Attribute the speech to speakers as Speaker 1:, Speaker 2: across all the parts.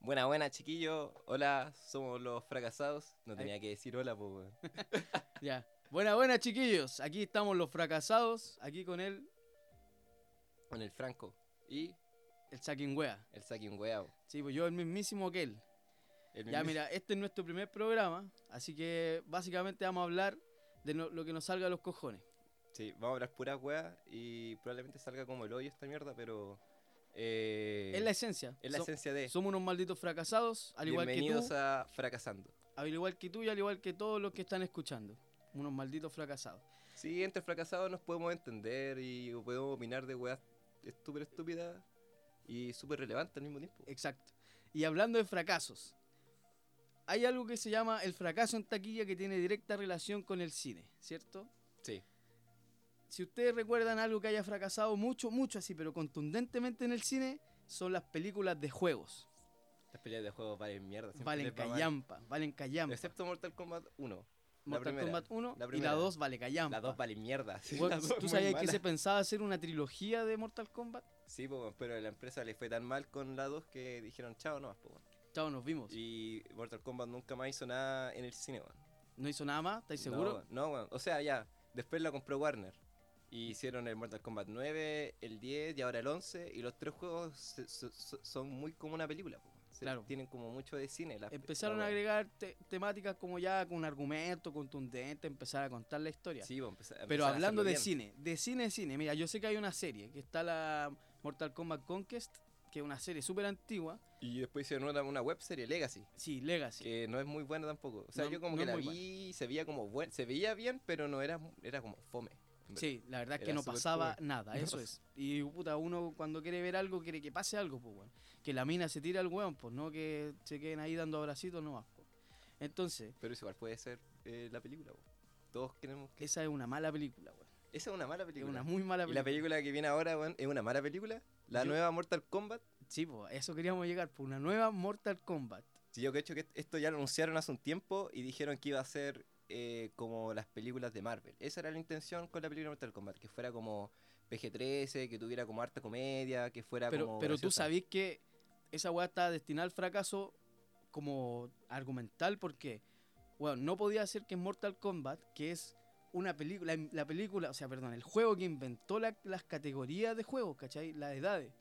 Speaker 1: Buena, buena, chiquillo. Hola, somos los fracasados. No tenía que decir hola, pues, weón.
Speaker 2: Ya. Buena, buena, chiquillos. Aquí estamos los fracasados. Aquí con el,
Speaker 1: Con el Franco. Y
Speaker 2: el Saquin Wea.
Speaker 1: el Saki un weao.
Speaker 2: Sí, pues yo el mismísimo que él.
Speaker 1: El
Speaker 2: Ya,
Speaker 1: mismísimo-
Speaker 2: mira, este es nuestro primer programa. Así que básicamente vamos a hablar de no- lo que nos salga a los cojones.
Speaker 1: Sí, vamos a hablar puras weas y probablemente salga como el hoyo esta mierda, pero. eh,
Speaker 2: Es la esencia.
Speaker 1: es la
Speaker 2: So-
Speaker 1: esencia de.
Speaker 2: Somos unos malditos fracasados, al igual que
Speaker 1: Bienvenidos
Speaker 2: tú,
Speaker 1: a Fracasando.
Speaker 2: al igual que tú y al igual que todos los que están escuchando. Unos malditos fracasados.
Speaker 1: Sí, entre fracasados nos podemos entender y podemos opinar de weas súper estúpidas y súper relevantes al mismo tiempo.
Speaker 2: Exacto. Y hablando de fracasos, hay algo que se llama el fracaso en taquilla que tiene directa relación con el cine, ¿cierto?
Speaker 1: Sí.
Speaker 2: Si ustedes recuerdan algo que haya fracasado mucho, mucho así, pero contundentemente en el cine, son las películas de juegos.
Speaker 1: Las peleas de juegos valen mierda. siempre
Speaker 2: Valen
Speaker 1: les va mal.
Speaker 2: callampa, valen callampa.
Speaker 1: Excepto Mortal Kombat 1. la
Speaker 2: Mortal
Speaker 1: primera,
Speaker 2: Kombat 1
Speaker 1: la
Speaker 2: y
Speaker 1: primera.
Speaker 2: la 2 vale callampa.
Speaker 1: Las dos valen mierda. sí,
Speaker 2: Bueno,
Speaker 1: las dos
Speaker 2: ¿Tú
Speaker 1: muy
Speaker 2: sabías que
Speaker 1: malas.
Speaker 2: se pensaba hacer una trilogía de Mortal Kombat?
Speaker 1: Sí, po, weón, pero a la empresa le fue tan mal con la 2 que dijeron chao nomás, po, weón.
Speaker 2: Chao, nos vimos.
Speaker 1: Y Mortal Kombat nunca más hizo nada en el cine, weón.
Speaker 2: ¿No hizo nada más? ¿Estáis
Speaker 1: No,
Speaker 2: seguros?
Speaker 1: weón, No, weón. O sea, ya. Después la compró Warner. Y hicieron el Mortal Kombat 9, el 10 y ahora el 11. Y los tres juegos se- so- so- son muy como una película, po, weón. Se-
Speaker 2: Claro.
Speaker 1: Tienen como mucho de cine. la-
Speaker 2: Empezaron
Speaker 1: la
Speaker 2: a
Speaker 1: weá.
Speaker 2: agregar te- temáticas como ya con argumento contundente, empezar a contar la historia.
Speaker 1: Sí, weón, empeza-
Speaker 2: Pero
Speaker 1: empezaron a
Speaker 2: hablando de
Speaker 1: hacerlo bien.
Speaker 2: cine, de cine, cine, mira, yo sé que hay una serie, que está la Mortal Kombat Conquest, que es una serie súper antigua,
Speaker 1: Y después hicieron una, una web serie, Legacy.
Speaker 2: sí, Legacy.
Speaker 1: que no es muy buena tampoco. O sea,
Speaker 2: No,
Speaker 1: yo como
Speaker 2: no
Speaker 1: que
Speaker 2: es
Speaker 1: la
Speaker 2: muy
Speaker 1: vi y se veía como buen, se veía bien, pero no era era como fome.
Speaker 2: Sí, la verdad es que
Speaker 1: era
Speaker 2: no
Speaker 1: súper
Speaker 2: pasaba
Speaker 1: joven.
Speaker 2: nada,
Speaker 1: No
Speaker 2: eso es. Y puta, uno cuando quiere ver algo, quiere que pase algo, pues, weón. Que la mina se tira al weón, pues, no que se queden ahí dando abracitos nomás, pues. Entonces,
Speaker 1: Pero eso igual puede ser eh, la película. po. Todos queremos que
Speaker 2: esa es una mala película, weón.
Speaker 1: esa es una mala
Speaker 2: Es
Speaker 1: película.
Speaker 2: una muy mala
Speaker 1: Y la
Speaker 2: película.
Speaker 1: película que viene ahora, weón, es una mala película. La
Speaker 2: Yo-
Speaker 1: nueva Mortal Kombat.
Speaker 2: Sí, pues, a eso queríamos llegar, pues, una nueva Mortal Kombat.
Speaker 1: Si yo que hecho que esto ya lo anunciaron hace un tiempo y dijeron que iba a ser eh, como las películas de Marvel. Esa era la intención con la película Mortal Kombat, que fuera como PG-13, que tuviera como harta comedia, que fuera
Speaker 2: Pero,
Speaker 1: como
Speaker 2: pero tú
Speaker 1: graciosa.
Speaker 2: sabés que esa weá estaba destinada al fracaso como argumental porque, bueno, no podía ser que en Mortal Kombat, que es una película, la, la película, o sea, perdón, el juego que inventó la- las categorías de juegos, ¿cachai? Las edades,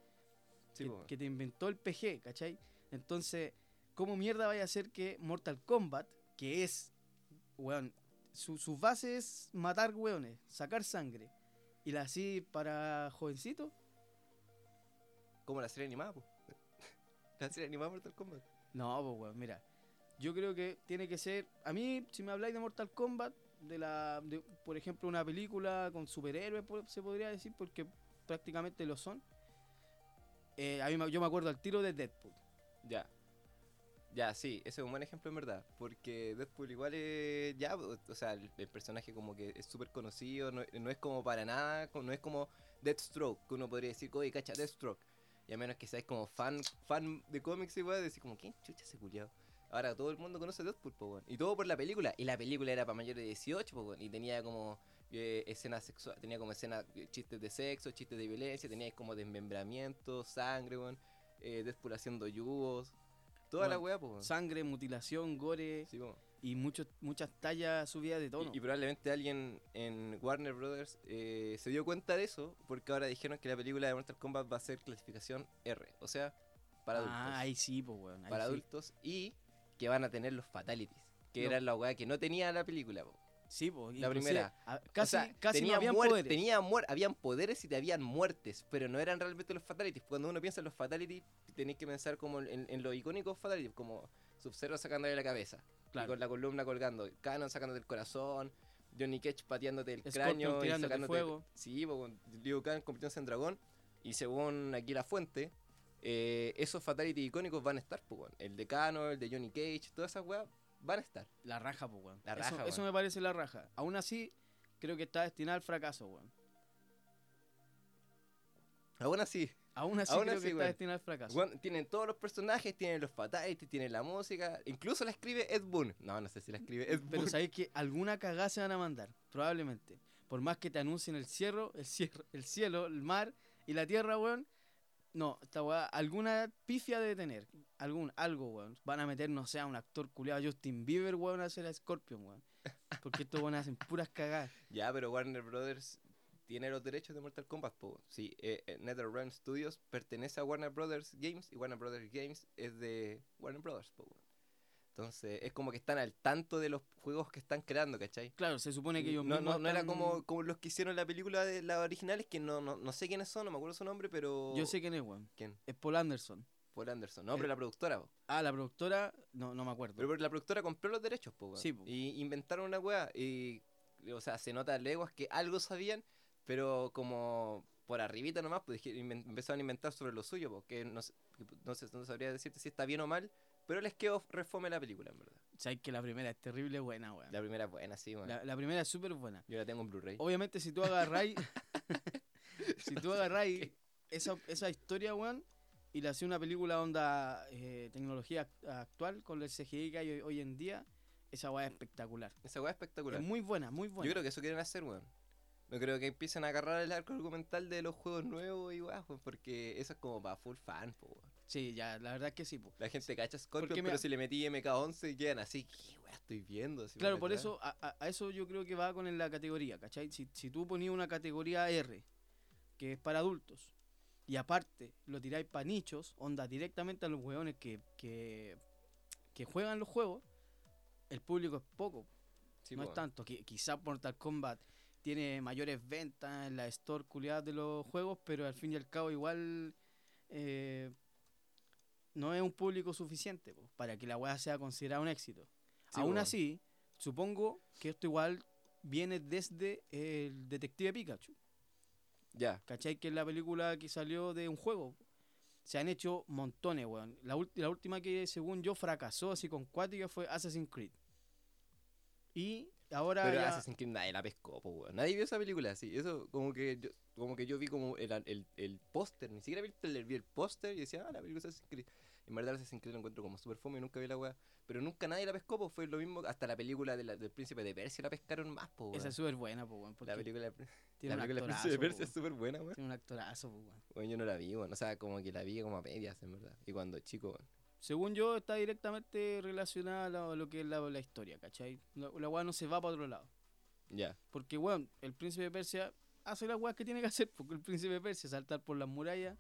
Speaker 1: Sí,
Speaker 2: que,
Speaker 1: po, weón.
Speaker 2: que te inventó el PG, ¿cachai? Entonces, ¿cómo mierda vaya a ser que Mortal Kombat, que es, weón, su, su base es matar weones, sacar sangre, y la así para jovencitos?
Speaker 1: como la serie animada, po. La serie animada Mortal Kombat.
Speaker 2: No, pues weón, mira. Yo creo que tiene que ser. A mí, si me habláis de Mortal Kombat, de la. de, por ejemplo, una película con superhéroes, po- se podría decir, porque prácticamente lo son. Eh, a mí me- yo me acuerdo al tiro de Deadpool.
Speaker 1: Ya. Ya, sí, ese es un buen ejemplo en verdad. Porque Deadpool igual es. Ya, o o sea, el, el personaje como que es súper conocido, no, no es como para nada, co- no es como Deathstroke, que uno podría decir, oye, cacha, Deathstroke. Y a menos que seas como fan, fan de cómics igual, decir como, ¿quién chucha ese culiao? Ahora todo el mundo conoce a Deadpool, po, weón. Y todo por la película. Y la película era para mayores de 18, po, weón, Y tenía como eh, escenas sexuales, tenía como escenas, eh, chistes de sexo, chistes de violencia, tenía como desmembramiento, sangre, weón eh, Deadpool haciendo yugos, toda la
Speaker 2: Bueno,
Speaker 1: weá, pues.
Speaker 2: Sangre, mutilación, gore
Speaker 1: Sí, po.
Speaker 2: y muchos muchas tallas subidas de tono.
Speaker 1: Y, y probablemente alguien en Warner Brothers eh, se dio cuenta de eso, porque ahora dijeron que la película de Mortal Kombat va a ser clasificación R, o sea, para adultos.
Speaker 2: Ah, ahí sí, pues weón. ahí
Speaker 1: para
Speaker 2: sí.
Speaker 1: adultos y que van a tener los fatalities, que
Speaker 2: No.
Speaker 1: era la weá que no tenía la película, po.
Speaker 2: Sí, pues.
Speaker 1: La
Speaker 2: inclusive,
Speaker 1: primera.
Speaker 2: a-
Speaker 1: O
Speaker 2: Casi,
Speaker 1: sea,
Speaker 2: casi no
Speaker 1: tenía
Speaker 2: habían
Speaker 1: muer-
Speaker 2: poderes.
Speaker 1: tenía muer- habían poderes y te habían muertes, pero no eran realmente los fatalities. Cuando uno piensa en los fatalities, tenéis que pensar como en, en los icónicos fatalities, como Sub-Zero sacándole la cabeza, y
Speaker 2: Claro.
Speaker 1: con la columna colgando, Canon sacándote el corazón, Johnny Cage pateándote el
Speaker 2: Scorpion
Speaker 1: cráneo y
Speaker 2: tirándote
Speaker 1: sacándote
Speaker 2: fuego.
Speaker 1: Sí, po, con Liu Kang convirtiéndose en dragón y según aquí la fuente eh, esos fatalities icónicos van a estar, po, weón. el de Cano, el de Johnny Cage, todas esas weas van a estar.
Speaker 2: La raja, pues, weón.
Speaker 1: La
Speaker 2: Eso-
Speaker 1: raja,
Speaker 2: eso,
Speaker 1: weón.
Speaker 2: me parece la raja. Aún así, creo que está destinada al fracaso, weón.
Speaker 1: Aún así,
Speaker 2: Aún así,
Speaker 1: Aún
Speaker 2: creo
Speaker 1: así,
Speaker 2: que está
Speaker 1: weón.
Speaker 2: destinada al fracaso.
Speaker 1: Weón, tienen todos los personajes, tienen los fatalities, tienen la música, incluso la escribe Ed Boon. No, no sé si la escribe Ed
Speaker 2: Pero
Speaker 1: Boon.
Speaker 2: sabéis que alguna cagada se van a mandar, probablemente. Por más que te anuncien el cielo, el, cierre, el cielo, el mar y la tierra, weón. No, esta weá, alguna pifia debe tener. Algún, algo, weón. Van a meter, no sé, a un actor culiado Justin Bieber, weón, a hacer a Scorpion, weón. Porque estos weón hacen puras cagadas.
Speaker 1: Ya, pero Warner Brothers tiene los derechos de Mortal Kombat, po. Sí, eh, eh, NetherRealm Studios pertenece a Warner Brothers Games y Warner Brothers Games es de Warner Brothers, po. weón. Entonces, es como que están al tanto de los juegos que están creando, ¿cachai?
Speaker 2: Claro, se supone que ellos
Speaker 1: No,
Speaker 2: mismos
Speaker 1: no, no era
Speaker 2: están-
Speaker 1: como, como los que hicieron la película de las originales, que no, no, no sé quiénes son, no me acuerdo su nombre, pero.
Speaker 2: Yo sé quién es, weón.
Speaker 1: quién.
Speaker 2: Es Paul Anderson.
Speaker 1: Paul Anderson. No, pero la productora, po.
Speaker 2: Ah, la productora, no, no me acuerdo.
Speaker 1: Pero porque la productora compró los derechos, po, weón.
Speaker 2: Sí, po.
Speaker 1: Y inventaron una weá. Y, o sea, se nota a leguas que algo sabían, pero como por arribita nomás, pues dije- inven- empezaron a inventar sobre lo suyo, porque no, sé- que p- no, sé, no sabría decirte si está bien o mal, pero les quedó refome la película, en verdad.
Speaker 2: Sabes que la primera es terrible buena, weón.
Speaker 1: La primera es buena, sí, weón.
Speaker 2: Ah. La, Oh. la primera es súper buena.
Speaker 1: Yo la tengo en Blu-ray.
Speaker 2: Obviamente, si tú agarráis. si tú agarráis esa, esa historia, weón, y le hacéis una película onda eh, tecnología act- actual con el CGI que hay hoy, hoy en día, esa weá es espectacular.
Speaker 1: Esa weá es espectacular.
Speaker 2: Es muy buena, muy buena.
Speaker 1: Yo creo que eso quieren hacer, weón. No creo que empiecen a agarrar el arco argumental de los juegos nuevos y weá, weón, porque eso es como para full fan, po, weón.
Speaker 2: Sí, ya, la verdad es que sí, po.
Speaker 1: La gente cacha Scorpion,
Speaker 2: Porque,
Speaker 1: pero
Speaker 2: mira-
Speaker 1: si le metí MK11 quedan así, ¿qué weá estoy viendo? Así,
Speaker 2: Claro,
Speaker 1: weón,
Speaker 2: por
Speaker 1: ¿verdad?
Speaker 2: eso, a, a- a eso yo creo que va con el- la categoría, ¿cachai? Si, si tú ponías una categoría R, que es para adultos, y aparte lo tiráis para nichos, onda directamente a los hueones que, que, que juegan los juegos, el público es poco,
Speaker 1: Sí,
Speaker 2: no
Speaker 1: po,
Speaker 2: es tanto. Qui- quizá Mortal Kombat tiene mayores ventas en la store culiada de los juegos, pero al fin y al cabo igual eh, no es un público suficiente po, para que la weá sea considerada un éxito.
Speaker 1: Sí,
Speaker 2: Aún
Speaker 1: po.
Speaker 2: así, supongo que esto igual viene desde el Detective Pikachu,
Speaker 1: Ya,
Speaker 2: ¿cachai? Que es la película que salió de un juego. Se han hecho montones, weón. La, ulti- la última que, según yo, fracasó así con cuática fue Assassin's Creed. Y ahora.
Speaker 1: pero
Speaker 2: ya-
Speaker 1: Assassin's Creed nadie la pescó, po, weón. Nadie vio esa película, sí. Eso como que yo, como que yo vi como el, el, el póster, ni siquiera vi el trailer, vi el póster y decía, ah, la película es Assassin's Creed. En verdad Assassin's Creed lo encuentro como super fome y nunca vi la weá. Pero nunca nadie la pescó, pues fue lo mismo, hasta la película de la- del Príncipe de Persia la pescaron más, po,
Speaker 2: Esa
Speaker 1: weón.
Speaker 2: es súper buena, po, weón, porque
Speaker 1: La película, la
Speaker 2: tiene, un
Speaker 1: película del
Speaker 2: actorazo,
Speaker 1: Príncipe de
Speaker 2: po,
Speaker 1: Persia es
Speaker 2: weón.
Speaker 1: súper buena, weón.
Speaker 2: tiene un actorazo, po, weón.
Speaker 1: Weón, Yo no la vi, weón. O sea, como que la vi como a medias, en verdad. Y cuando chico, weón.
Speaker 2: Según yo, está directamente relacionada a lo, lo que es la, la historia, ¿cachai? La, la weá no se va para otro lado.
Speaker 1: Ya.
Speaker 2: Porque, weón, el príncipe de Persia hace las weas que tiene que hacer, porque el príncipe de Persia saltar por las murallas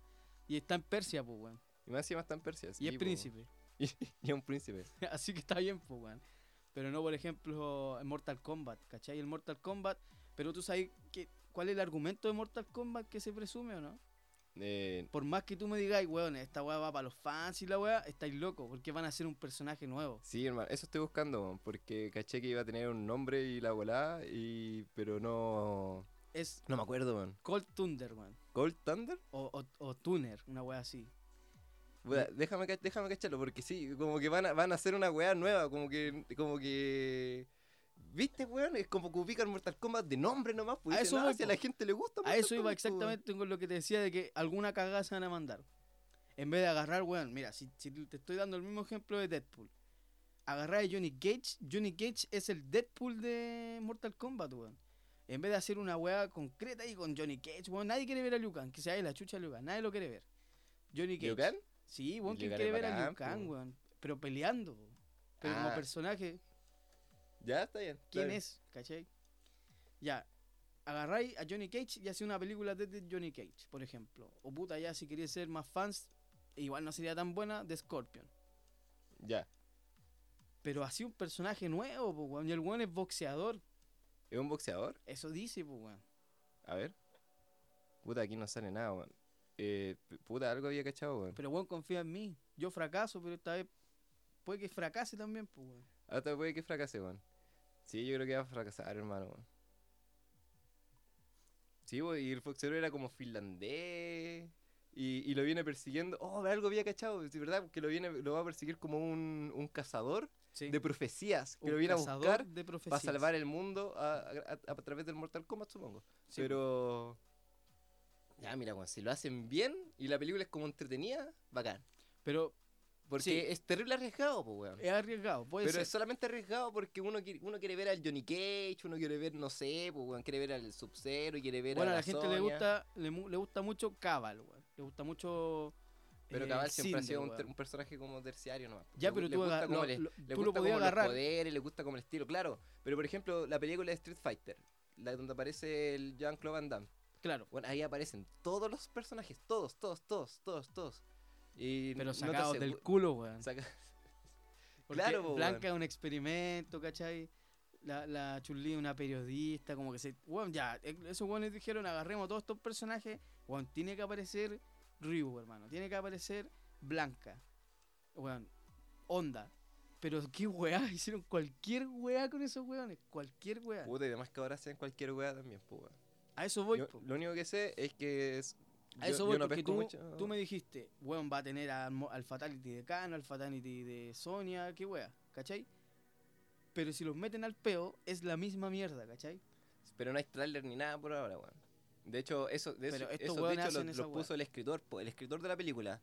Speaker 2: y está en Persia, pues, weón.
Speaker 1: Y más encima está en Persia. sí,
Speaker 2: Y es
Speaker 1: po.
Speaker 2: príncipe.
Speaker 1: y es un príncipe.
Speaker 2: Así que está bien, pues, weón. Pero no, por ejemplo, en Mortal Kombat, ¿cachai? El Mortal Kombat. Pero tú sabes que, cuál es el argumento de Mortal Kombat que se presume o no?
Speaker 1: Eh,
Speaker 2: por más que tú me digas, weón, esta weá va para los fans y la weá, estáis locos, porque van a ser un personaje nuevo.
Speaker 1: sí, hermano, eso estoy buscando, weón, porque caché que iba a tener un nombre y la volá, y... pero no...
Speaker 2: Es
Speaker 1: No me acuerdo, man.
Speaker 2: Cold Thunder, weón.
Speaker 1: ¿Cold Thunder?
Speaker 2: O, o- o Tuner, una weá así.
Speaker 1: Weá,
Speaker 2: Mm.
Speaker 1: déjame, ca- déjame cacharlo, porque sí, como que van a, van a hacer una weá nueva, como que... Como que... ¿Viste, weón? Es como que ubican Mortal Kombat de nombre nomás, pues
Speaker 2: A
Speaker 1: dicen,
Speaker 2: eso
Speaker 1: "Ah,
Speaker 2: voy,
Speaker 1: si a
Speaker 2: po.
Speaker 1: la gente le gusta
Speaker 2: A
Speaker 1: Mortal
Speaker 2: eso
Speaker 1: Kombat,
Speaker 2: iba
Speaker 1: po, weón".
Speaker 2: exactamente con lo que te decía de que alguna cagada se van a mandar. En vez de agarrar, weón, mira, si, si te estoy dando el mismo ejemplo de Deadpool. Agarrar a Johnny Cage, Johnny Cage es el Deadpool de Mortal Kombat, weón. En vez de hacer una weá concreta y con Johnny Cage, weón, nadie quiere ver a Liu Kang, que sea la chucha de Liu Kang, nadie lo quiere ver. Johnny Cage.
Speaker 1: ¿Liu Kang?
Speaker 2: Sí, weón,
Speaker 1: Liu
Speaker 2: ¿quién
Speaker 1: Kang
Speaker 2: quiere
Speaker 1: es
Speaker 2: ver a Liu
Speaker 1: bacán,
Speaker 2: Kang,
Speaker 1: po.
Speaker 2: weón? Pero peleando, po. Pero
Speaker 1: Ah.
Speaker 2: como personaje,
Speaker 1: Ya, está bien. está
Speaker 2: ¿quién
Speaker 1: bien.
Speaker 2: es? ¿Cachai? Ya, agarráis a Johnny Cage y hacéis una película desde Johnny Cage, por ejemplo. O puta, ya si queréis ser más fans, igual no sería tan buena de Scorpion.
Speaker 1: Ya.
Speaker 2: Pero así un personaje nuevo, po, weón. Y el weón es boxeador.
Speaker 1: ¿Es un boxeador?
Speaker 2: Eso dice, po, weón.
Speaker 1: A ver. Puta, aquí no sale nada, weón. Eh, p- puta, algo había cachado, weón.
Speaker 2: Pero weón confía en mí. Yo fracaso, pero esta vez puede que fracase también, po, weón.
Speaker 1: Hasta puede que fracase, weón. Sí, yo creo que va a fracasar, hermano, weón. Sí, weón, y el foxero era como finlandés. Y, y lo viene persiguiendo. Oh, algo había cachado, es verdad, que lo viene, lo va a perseguir como un, un cazador
Speaker 2: Sí.
Speaker 1: de profecías. Que
Speaker 2: Un
Speaker 1: lo viene a
Speaker 2: cazador
Speaker 1: buscar
Speaker 2: de
Speaker 1: para
Speaker 2: profecías.
Speaker 1: salvar el mundo a, a- a- a través del Mortal Kombat, supongo.
Speaker 2: Sí,
Speaker 1: Pero. Ya, mira, weón, si lo hacen bien y la película es como entretenida, bacán.
Speaker 2: Pero
Speaker 1: Porque
Speaker 2: Sí.
Speaker 1: es terrible arriesgado, pues, weón.
Speaker 2: es arriesgado, puede
Speaker 1: Pero
Speaker 2: ser.
Speaker 1: es solamente arriesgado porque uno quiere, uno quiere ver al Johnny Cage, uno quiere ver, no sé, pues, weón, quiere ver al Sub-Zero, quiere ver
Speaker 2: Bueno,
Speaker 1: a
Speaker 2: a
Speaker 1: la
Speaker 2: la gente le
Speaker 1: Sonya.
Speaker 2: gusta, le, mu- le gusta mucho Cabal, weón. Le gusta mucho.
Speaker 1: Pero
Speaker 2: eh,
Speaker 1: Cabal siempre ha
Speaker 2: Cinder,
Speaker 1: sido un,
Speaker 2: weón.
Speaker 1: ter- un personaje como terciario nomás.
Speaker 2: Ya,
Speaker 1: Le gu-
Speaker 2: pero
Speaker 1: le
Speaker 2: tú,
Speaker 1: gusta
Speaker 2: aga-
Speaker 1: como
Speaker 2: lo-
Speaker 1: le-
Speaker 2: lo-
Speaker 1: le
Speaker 2: tú lo
Speaker 1: gusta
Speaker 2: podías
Speaker 1: como
Speaker 2: agarrar.
Speaker 1: los poderes, le gusta como el estilo, claro. Pero por ejemplo, la película de Street Fighter, la donde aparece el Jean-Claude Van Damme.
Speaker 2: Claro.
Speaker 1: Bueno, ahí aparecen todos los personajes, todos, todos, todos, todos, todos. Y
Speaker 2: Pero
Speaker 1: no te
Speaker 2: sacados
Speaker 1: asegu-
Speaker 2: del culo, weón.
Speaker 1: saca-
Speaker 2: Porque
Speaker 1: Claro, po,
Speaker 2: Blanca
Speaker 1: weón.
Speaker 2: es un experimento, ¿cachai? La, la Chun-Li es una periodista, como que se. Weón, ya, eh, esos weones dijeron: agarremos a todos estos personajes. Weón, tiene que aparecer Ryu, hermano. Tiene que aparecer Blanca. Weón, onda. Pero qué weá, hicieron cualquier weá con esos weones. Cualquier weá.
Speaker 1: Puta, y además que ahora hacen cualquier wea también, pues. weón.
Speaker 2: A eso voy,
Speaker 1: Yo-
Speaker 2: po.
Speaker 1: Lo único que sé es que es.
Speaker 2: A
Speaker 1: yo-
Speaker 2: eso
Speaker 1: yo
Speaker 2: voy,
Speaker 1: no
Speaker 2: porque
Speaker 1: pesco
Speaker 2: tú,
Speaker 1: mucho-
Speaker 2: tú me dijiste, weón, va a tener al, mo- al Fatality de Kano, al Fatality de Sonia, qué wea, ¿cachai? Pero si los meten al peo, es la misma mierda, ¿cachai?
Speaker 1: Pero no hay tráiler ni nada por ahora, weón. De hecho, eso, de
Speaker 2: Pero
Speaker 1: eso-
Speaker 2: estos
Speaker 1: esos
Speaker 2: weones
Speaker 1: dichos
Speaker 2: hacen
Speaker 1: los,
Speaker 2: esa
Speaker 1: los
Speaker 2: weá.
Speaker 1: puso el escritor, po, el escritor de la película.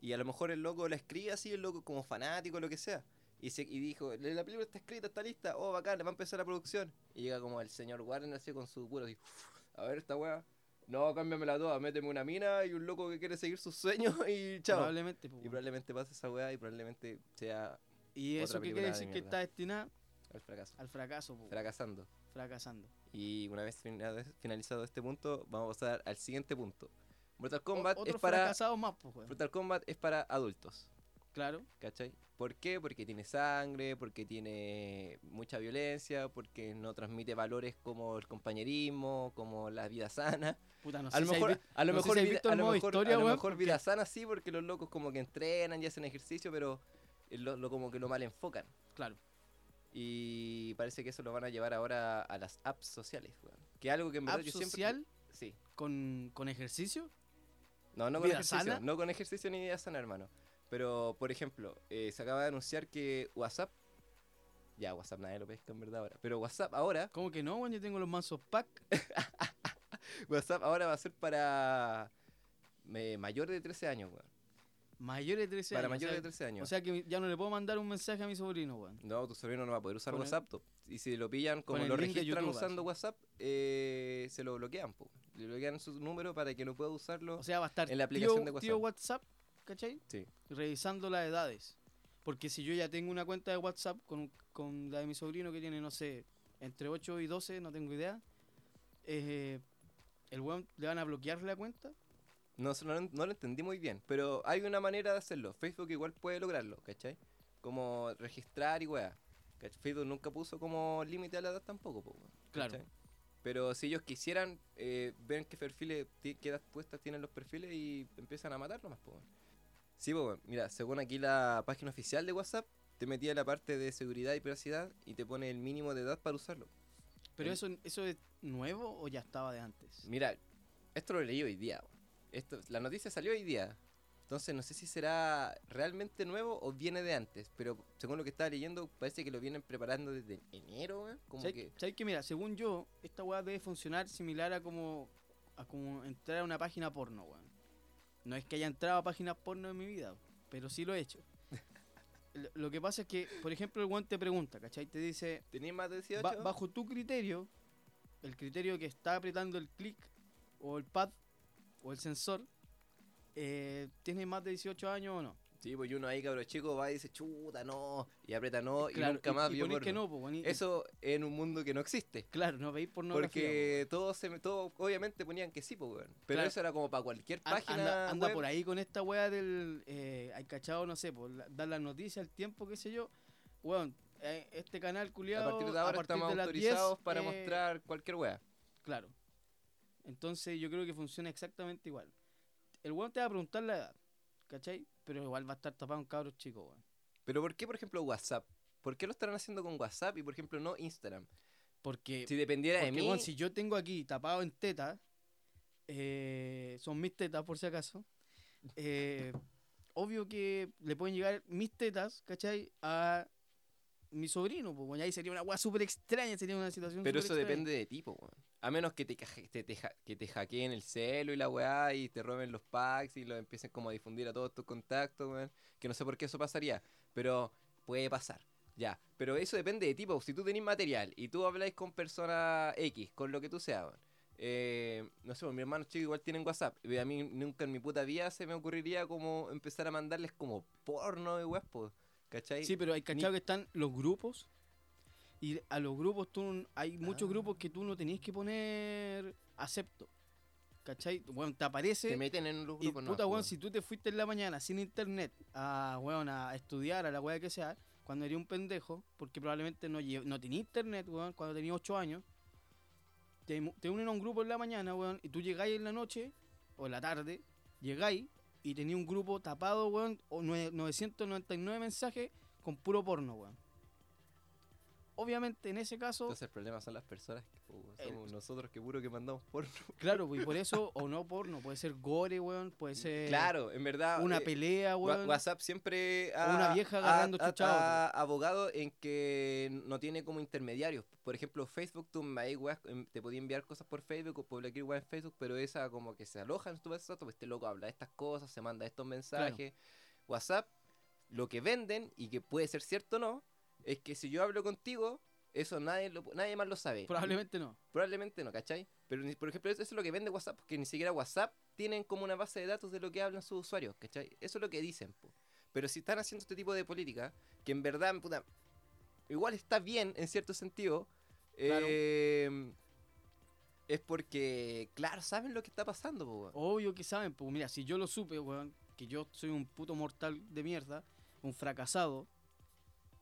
Speaker 1: Y a lo mejor el loco la escribe así, el loco como fanático, lo que sea. Y, se, y dijo, "La- la película está escrita, está lista, oh, bacán, va a empezar la producción. Y llega como el señor Warren así con su culo, así, a ver esta weá. No, cámbiamela toda, méteme una mina y un loco que quiere seguir sus sueños y chao.
Speaker 2: Probablemente. po,
Speaker 1: Y
Speaker 2: weón.
Speaker 1: probablemente pase esa weá y probablemente sea
Speaker 2: y
Speaker 1: otra
Speaker 2: eso
Speaker 1: película
Speaker 2: que quiere
Speaker 1: de
Speaker 2: decir que
Speaker 1: mierda.
Speaker 2: está destinada
Speaker 1: el fracaso.
Speaker 2: al fracaso, po,
Speaker 1: Fracasando.
Speaker 2: fracasando.
Speaker 1: Y una vez finado- finalizado este punto, vamos a pasar al siguiente punto. Mortal
Speaker 2: O-
Speaker 1: Kombat
Speaker 2: Otro
Speaker 1: es para
Speaker 2: fracasado más, po, weón.
Speaker 1: Mortal Kombat es para adultos,
Speaker 2: Claro,
Speaker 1: ¿cachai? ¿Por qué? Porque tiene sangre, porque tiene mucha violencia, porque no transmite valores como el compañerismo, como la vida sana.
Speaker 2: puta, no sé
Speaker 1: A lo
Speaker 2: si hay
Speaker 1: mejor,
Speaker 2: vi-
Speaker 1: a lo
Speaker 2: no sé
Speaker 1: mejor
Speaker 2: si has
Speaker 1: vida-
Speaker 2: visto
Speaker 1: a
Speaker 2: el
Speaker 1: lo
Speaker 2: modo
Speaker 1: mejor-
Speaker 2: historia,
Speaker 1: a lo
Speaker 2: weón,
Speaker 1: mejor
Speaker 2: porque-
Speaker 1: vida sana sí, porque los locos como que entrenan y hacen ejercicio, pero eh, lo, lo como que lo mal enfocan.
Speaker 2: Claro,
Speaker 1: Y parece que eso lo van a llevar ahora a las apps sociales, weón. Que algo que en verdad
Speaker 2: app
Speaker 1: yo siempre
Speaker 2: social
Speaker 1: Sí.
Speaker 2: con, con ejercicio,
Speaker 1: No, no con
Speaker 2: ¿Vida
Speaker 1: ejercicio.
Speaker 2: sana?
Speaker 1: No con ejercicio ni vida sana, hermano. Pero, por ejemplo, eh, se acaba de anunciar que WhatsApp. Ya, WhatsApp nadie lo pesca en verdad ahora. Pero WhatsApp ahora.
Speaker 2: ¿cómo que no, weón? Yo tengo los mansos pack.
Speaker 1: WhatsApp ahora va a ser para. eh, mayor de 13 años, weón.
Speaker 2: Mayores de 13
Speaker 1: para
Speaker 2: años. o
Speaker 1: mayor
Speaker 2: sea,
Speaker 1: de 13 años.
Speaker 2: O sea que ya no le puedo mandar un mensaje a mi sobrino, weón.
Speaker 1: no, tu sobrino no va a poder usar
Speaker 2: con el-
Speaker 1: WhatsApp. to- Y si lo pillan, como
Speaker 2: el
Speaker 1: lo
Speaker 2: link de
Speaker 1: registran
Speaker 2: YouTube,
Speaker 1: usando
Speaker 2: así.
Speaker 1: WhatsApp, eh, se lo bloquean, po. Le bloquean su número para que no pueda usarlo.
Speaker 2: O sea, va a estar
Speaker 1: En la aplicación
Speaker 2: tío,
Speaker 1: de
Speaker 2: tío WhatsApp, ¿cachai?
Speaker 1: Sí.
Speaker 2: Revisando las edades. Porque si yo ya tengo una cuenta de WhatsApp con, con la de mi sobrino que tiene, no sé, entre 8 y 12, no tengo idea, eh, el weón le van a bloquear la cuenta.
Speaker 1: No, se- no, lo- no lo entendí muy bien, pero hay una manera de hacerlo. Facebook igual puede lograrlo, ¿cachai? Como registrar y weá. ¿cachai? Facebook nunca puso como límite a la edad tampoco, po, weón,
Speaker 2: Claro.
Speaker 1: ¿cachai? Pero si ellos quisieran, eh, ven qué perfiles, ti- qué edad puestas tienen los perfiles y empiezan a matarlo más, po, weón. Sí, po, weón. mira, según aquí la página oficial de WhatsApp, te metía la parte de seguridad y privacidad y te pone el mínimo de edad para usarlo.
Speaker 2: Pero
Speaker 1: El-
Speaker 2: eso, eso es nuevo o ya estaba de antes.
Speaker 1: Mira, esto lo leí hoy día. weón. Esto, la noticia salió hoy día. Entonces no sé si será realmente nuevo o viene de antes. Pero según lo que estaba leyendo, parece que lo vienen preparando desde enero, weón, Como
Speaker 2: ¿Sabes
Speaker 1: que.
Speaker 2: sabes que, mira, según yo, esta weá debe funcionar similar a como, a como entrar a una página porno, weón. No es que haya entrado a páginas porno en mi vida, pero sí lo he hecho. Lo- Lo que pasa es que, por ejemplo, el weón te pregunta, ¿cachai? Te dice,
Speaker 1: ¿Tenéis más de
Speaker 2: "Ba-
Speaker 1: 18?
Speaker 2: bajo tu criterio, el criterio que está apretando el clic, o el pad, o el sensor, eh, ¿tienes más de 18 años o no?
Speaker 1: Sí, pues y uno ahí, cabro chico, va y dice, chuta, no. Y aprieta no.
Speaker 2: Claro,
Speaker 1: Oh, y nunca más vio
Speaker 2: ponés que
Speaker 1: porno.
Speaker 2: no, po, weón, y-
Speaker 1: Eso en un mundo que no existe.
Speaker 2: Claro, no veis pornografía. po.
Speaker 1: Porque todos, se, todos obviamente ponían que sí, pues, weón. Pero
Speaker 2: Claro.
Speaker 1: eso era como para cualquier
Speaker 2: An-
Speaker 1: página.
Speaker 2: anda, anda
Speaker 1: web.
Speaker 2: por ahí con esta weá del. Eh, hay cachado, no sé, por la- dar las noticias, el tiempo, qué sé yo. Weón, eh, este canal
Speaker 1: A
Speaker 2: culiado.
Speaker 1: partir de ahora estamos autorizados
Speaker 2: eh,
Speaker 1: para mostrar cualquier wea.
Speaker 2: Claro. Entonces yo creo que funciona exactamente igual. El weón te va a preguntar la edad, ¿cachai? Pero igual va a estar tapado un cabro chico, weón.
Speaker 1: Pero ¿por qué, por ejemplo, WhatsApp? ¿Por qué lo estarán haciendo con WhatsApp y, por ejemplo, no Instagram?
Speaker 2: Porque.
Speaker 1: Si dependiera
Speaker 2: Eh, porque,
Speaker 1: de mí,
Speaker 2: weón, si yo tengo aquí tapado en tetas, eh, son mis tetas por si acaso, eh, obvio que le pueden llegar mis tetas, ¿cachai? A mi sobrino, pues bueno, ahí sería una weá súper extraña, sería una situación
Speaker 1: pero eso
Speaker 2: súper extraña.
Speaker 1: depende de tipo, weón. A menos que te, caje- te- te ja- que te hackeen el celo y la weá y te roben los packs y lo empiecen como a difundir a todos tus contactos, weón. Que no sé por qué eso pasaría, pero puede pasar. Ya, pero eso depende de tipo. Si tú tenés material y tú habláis con persona X, con lo que tú seas, weón, eh, no sé, pues, mis hermanos chicos igual tienen WhatsApp. Y a mí nunca en mi puta vida se me ocurriría como empezar a mandarles como porno de weas, po, ¿cachai?
Speaker 2: Sí, pero hay cachado
Speaker 1: Ni-
Speaker 2: que están los grupos. Y a los grupos tú. n- Hay muchos
Speaker 1: Ah.
Speaker 2: grupos que tú no tenías que poner acepto. ¿Cachai? Bueno, te aparece.
Speaker 1: Te meten en los
Speaker 2: y
Speaker 1: grupos, no,
Speaker 2: puta,
Speaker 1: po,
Speaker 2: weón, si tú te fuiste en la mañana sin internet a, weón, a estudiar, a la weá que sea, cuando eres un pendejo, porque probablemente no, lle- no tenías internet, weón, cuando tenías 8 años, te, mu- te unen a un grupo en la mañana, weón, y tú llegáis en la noche o en la tarde, llegáis y tenías un grupo tapado, weón, o nue- 999 mensajes con puro porno, weón. Obviamente en ese caso,
Speaker 1: Entonces el problema son las personas, que, po, weón,
Speaker 2: El-
Speaker 1: somos nosotros que puro que mandamos porno.
Speaker 2: claro, y por eso, o no porno, puede ser gore, weón, puede ser
Speaker 1: claro, en verdad.
Speaker 2: una
Speaker 1: eh,
Speaker 2: pelea,
Speaker 1: Wa-
Speaker 2: weón.
Speaker 1: WhatsApp siempre
Speaker 2: O una vieja agarrando
Speaker 1: ha-
Speaker 2: chucha a
Speaker 1: ha abogado en que no tiene como intermediarios. Por ejemplo, Facebook, tú me- ahí, weas, em, te podía enviar cosas por Facebook o publicar weas en Facebook, pero esa como que se aloja en tu WhatsApp, pues este loco habla de estas cosas, se manda estos mensajes. WhatsApp, lo que venden y que puede ser cierto o no, es que si yo hablo contigo, eso nadie, lo- nadie más lo sabe.
Speaker 2: Probablemente no.
Speaker 1: Probablemente no, ¿cachai? Pero, ni- por ejemplo, eso es lo que vende WhatsApp, porque ni siquiera WhatsApp tienen como una base de datos de lo que hablan sus usuarios, ¿cachai? Eso es lo que dicen, po. Pero si están haciendo este tipo de política, que en verdad, puta, igual está bien en cierto sentido,
Speaker 2: Claro.
Speaker 1: eh, es porque, claro, saben lo que está pasando, po. weón.
Speaker 2: Obvio que saben, pues mira, si yo lo supe, weón, que yo soy un puto mortal de mierda, un fracasado.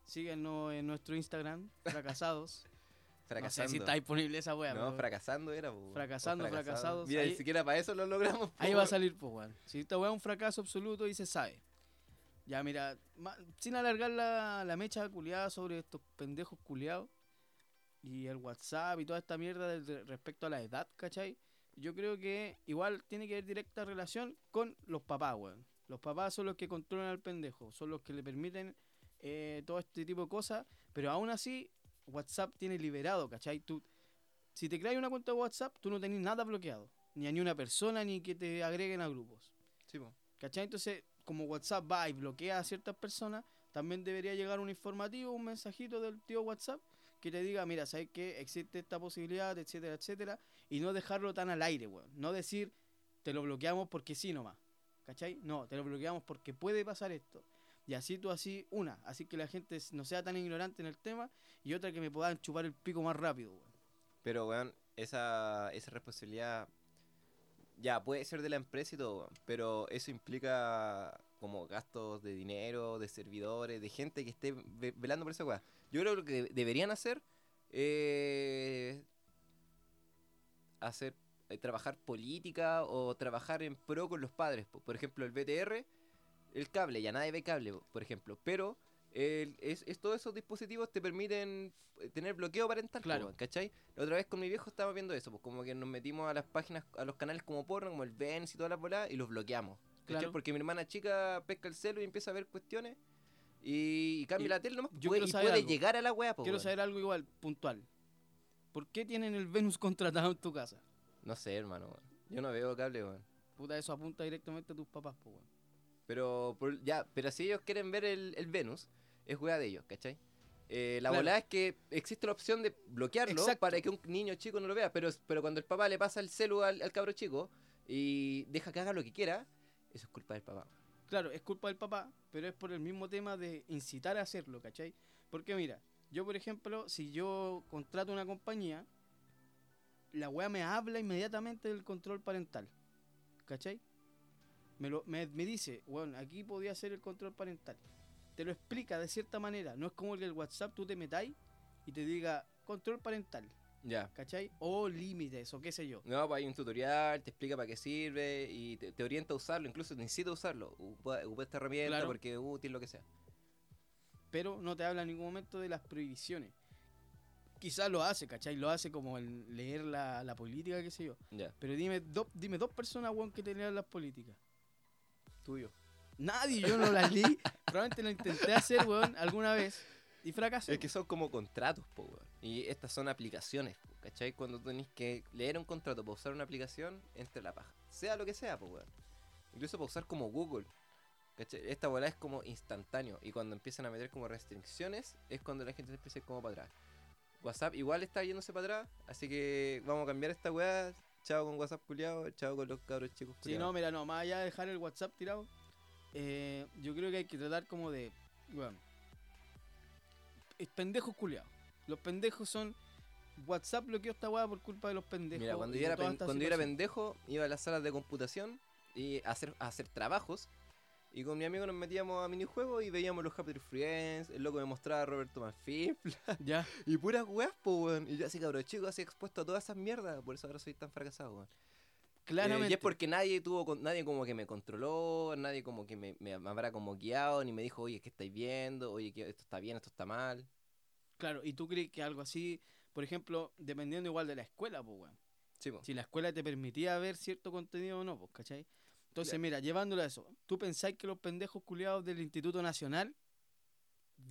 Speaker 2: Síguenos en nuestro Instagram, fracasados. no sé
Speaker 1: fracasando.
Speaker 2: si está disponible esa weá.
Speaker 1: No,
Speaker 2: pero
Speaker 1: fracasando era, po. weón. O
Speaker 2: Fracasando, fracasados,
Speaker 1: Mira,
Speaker 2: ahí-
Speaker 1: ni siquiera para eso lo logramos, po,
Speaker 2: Ahí va a
Speaker 1: weón.
Speaker 2: salir, pues weón. Si esta weá es un fracaso absoluto y se sabe. Ya, mira, ma- sin alargar la, la mecha culiada sobre estos pendejos culiados y el WhatsApp y toda esta mierda del- de- respecto a la edad, ¿cachai? Yo creo que igual tiene que haber directa relación con los papás, weón. Los papás son los que controlan al pendejo, son los que le permiten eh, todo este tipo de cosas, pero aún así WhatsApp tiene liberado, ¿cachai? Tú, si te creas una cuenta de WhatsApp, tú no tenés nada bloqueado, ni a ni una persona, ni que te agreguen a grupos.
Speaker 1: Sí, po.
Speaker 2: ¿Cachai? Entonces, como WhatsApp va y bloquea a ciertas personas, también debería llegar un informativo, un mensajito del tío WhatsApp que te diga, mira, ¿sabes qué? Existe esta posibilidad, etcétera, etcétera. Y no dejarlo tan al aire, weón. No decir, te lo bloqueamos porque sí nomás. ¿Cachai? No, te lo bloqueamos porque puede pasar esto. Y así tú así, una, así que la gente no sea tan ignorante en el tema y otra que me puedan chupar el pico más rápido, weón.
Speaker 1: Pero, weón, esa, esa responsabilidad ya puede ser de la empresa y todo, weón, pero eso implica como gastos de dinero, de servidores, de gente que esté ve- velando por esa weá. Yo creo que lo que de- deberían hacer eh, hacer eh, trabajar política o trabajar en pro con los padres. po. Por ejemplo, el BTR, el cable, ya nadie ve cable, po, por ejemplo. Pero el- es, es- todos esos dispositivos te permiten eh, tener bloqueo parental, po,
Speaker 2: Claro.
Speaker 1: weón, ¿cachai? La otra vez con mi viejo estábamos viendo eso, pues como que nos metimos a las páginas, a los canales como porno, como el Vens y todas las bolas, y los bloqueamos. ¿cachai?
Speaker 2: Claro.
Speaker 1: Porque mi hermana chica pesca el celo y empieza a ver cuestiones y, y cambia
Speaker 2: Y
Speaker 1: la tele nomás,
Speaker 2: yo
Speaker 1: pues,
Speaker 2: quiero
Speaker 1: y
Speaker 2: saber
Speaker 1: puede
Speaker 2: algo.
Speaker 1: llegar a la weá,
Speaker 2: Quiero saber algo igual, puntual. ¿Por qué tienen el Venus contratado en tu casa?
Speaker 1: No sé, hermano, weón. Yo no veo cable, weón.
Speaker 2: Puta, eso apunta directamente a tus papás, po, weón.
Speaker 1: Pero por- ya, pero si ellos quieren ver el, el Venus, es weá de ellos, ¿cachai? Eh, la
Speaker 2: Claro.
Speaker 1: volada es que existe la opción de bloquearlo
Speaker 2: Exacto.
Speaker 1: para que un niño chico no lo vea, pero, pero cuando el papá le pasa el celu al, al cabro chico y deja que haga lo que quiera, eso es culpa del papá.
Speaker 2: Claro, es culpa del papá, pero es por el mismo tema de incitar a hacerlo, ¿cachai? Porque mira, yo por ejemplo, si yo contrato una compañía, la weá me habla inmediatamente del control parental, ¿cachai? Me, lo, me, me dice, bueno, aquí podía hacer el control parental. Te lo explica de cierta manera, no es como el del WhatsApp, tú te metáis y te diga control parental,
Speaker 1: Ya.
Speaker 2: ¿cachai? O límites, o qué sé yo.
Speaker 1: No, pues hay un tutorial, te explica para qué sirve y te, te orienta a usarlo, incluso te incita a usarlo. Ocupa, ocupa esta herramienta
Speaker 2: Claro.
Speaker 1: porque es útil, lo que sea.
Speaker 2: pero no te habla en ningún momento de las prohibiciones. Quizás lo hace, ¿cachai? Lo hace como el leer la, la política, qué sé yo.
Speaker 1: Ya.
Speaker 2: Pero dime, do- dime dos personas, weón, que tenían las políticas.
Speaker 1: Tuyo.
Speaker 2: Nadie, yo no las leí. Probablemente lo intenté hacer, weón, alguna vez. Y fracasé.
Speaker 1: Es que son como contratos, po, weón. Y estas son aplicaciones, po, ¿cachai? Cuando tenéis que leer un contrato para usar una aplicación, entre la paja. Sea lo que sea, po, weón. Incluso para usar como Google. ¿Cachai? Esta bola es como instantáneo. Y cuando empiezan a meter como restricciones, es cuando la gente empieza a ir como para atrás. WhatsApp igual está yéndose para atrás, así que vamos a cambiar esta weá. Chao con WhatsApp culiado, chao con los cabros chicos
Speaker 2: Si no, mira, no, más allá de dejar el WhatsApp tirado, eh, yo creo que hay que tratar como de. Bueno, es pendejos culiados. Los pendejos son. WhatsApp bloqueó esta weá por culpa de los pendejos.
Speaker 1: Mira, cuando yo
Speaker 2: y de
Speaker 1: era,
Speaker 2: toda
Speaker 1: pen-
Speaker 2: esta
Speaker 1: cuando yo era
Speaker 2: situación.
Speaker 1: pendejo, iba a las salas de computación y a hacer, a hacer trabajos. Y con mi amigo nos metíamos a minijuegos y veíamos los Happy Friends. El loco me mostraba a Roberto Manfield.
Speaker 2: Ya,
Speaker 1: Y puras weas, po, weón. Y yo así, cabrón, chico, así expuesto a todas esas mierdas. Por eso ahora soy tan fracasado, weón.
Speaker 2: claramente.
Speaker 1: Eh, y es porque nadie tuvo, con- nadie como que me controló, nadie como que me, me- me habrá como guiado, ni me dijo, oye, ¿qué estáis viendo? Oye, ¿qué- esto está bien, esto está mal.
Speaker 2: Claro, y tú crees que algo así, por ejemplo, dependiendo igual de la escuela, pues, weón.
Speaker 1: Sí, po.
Speaker 2: Si la escuela te permitía ver cierto contenido o no, pues, ¿cachai? Entonces, mira, llevándolo a eso, ¿tú pensáis que los pendejos culiados del Instituto Nacional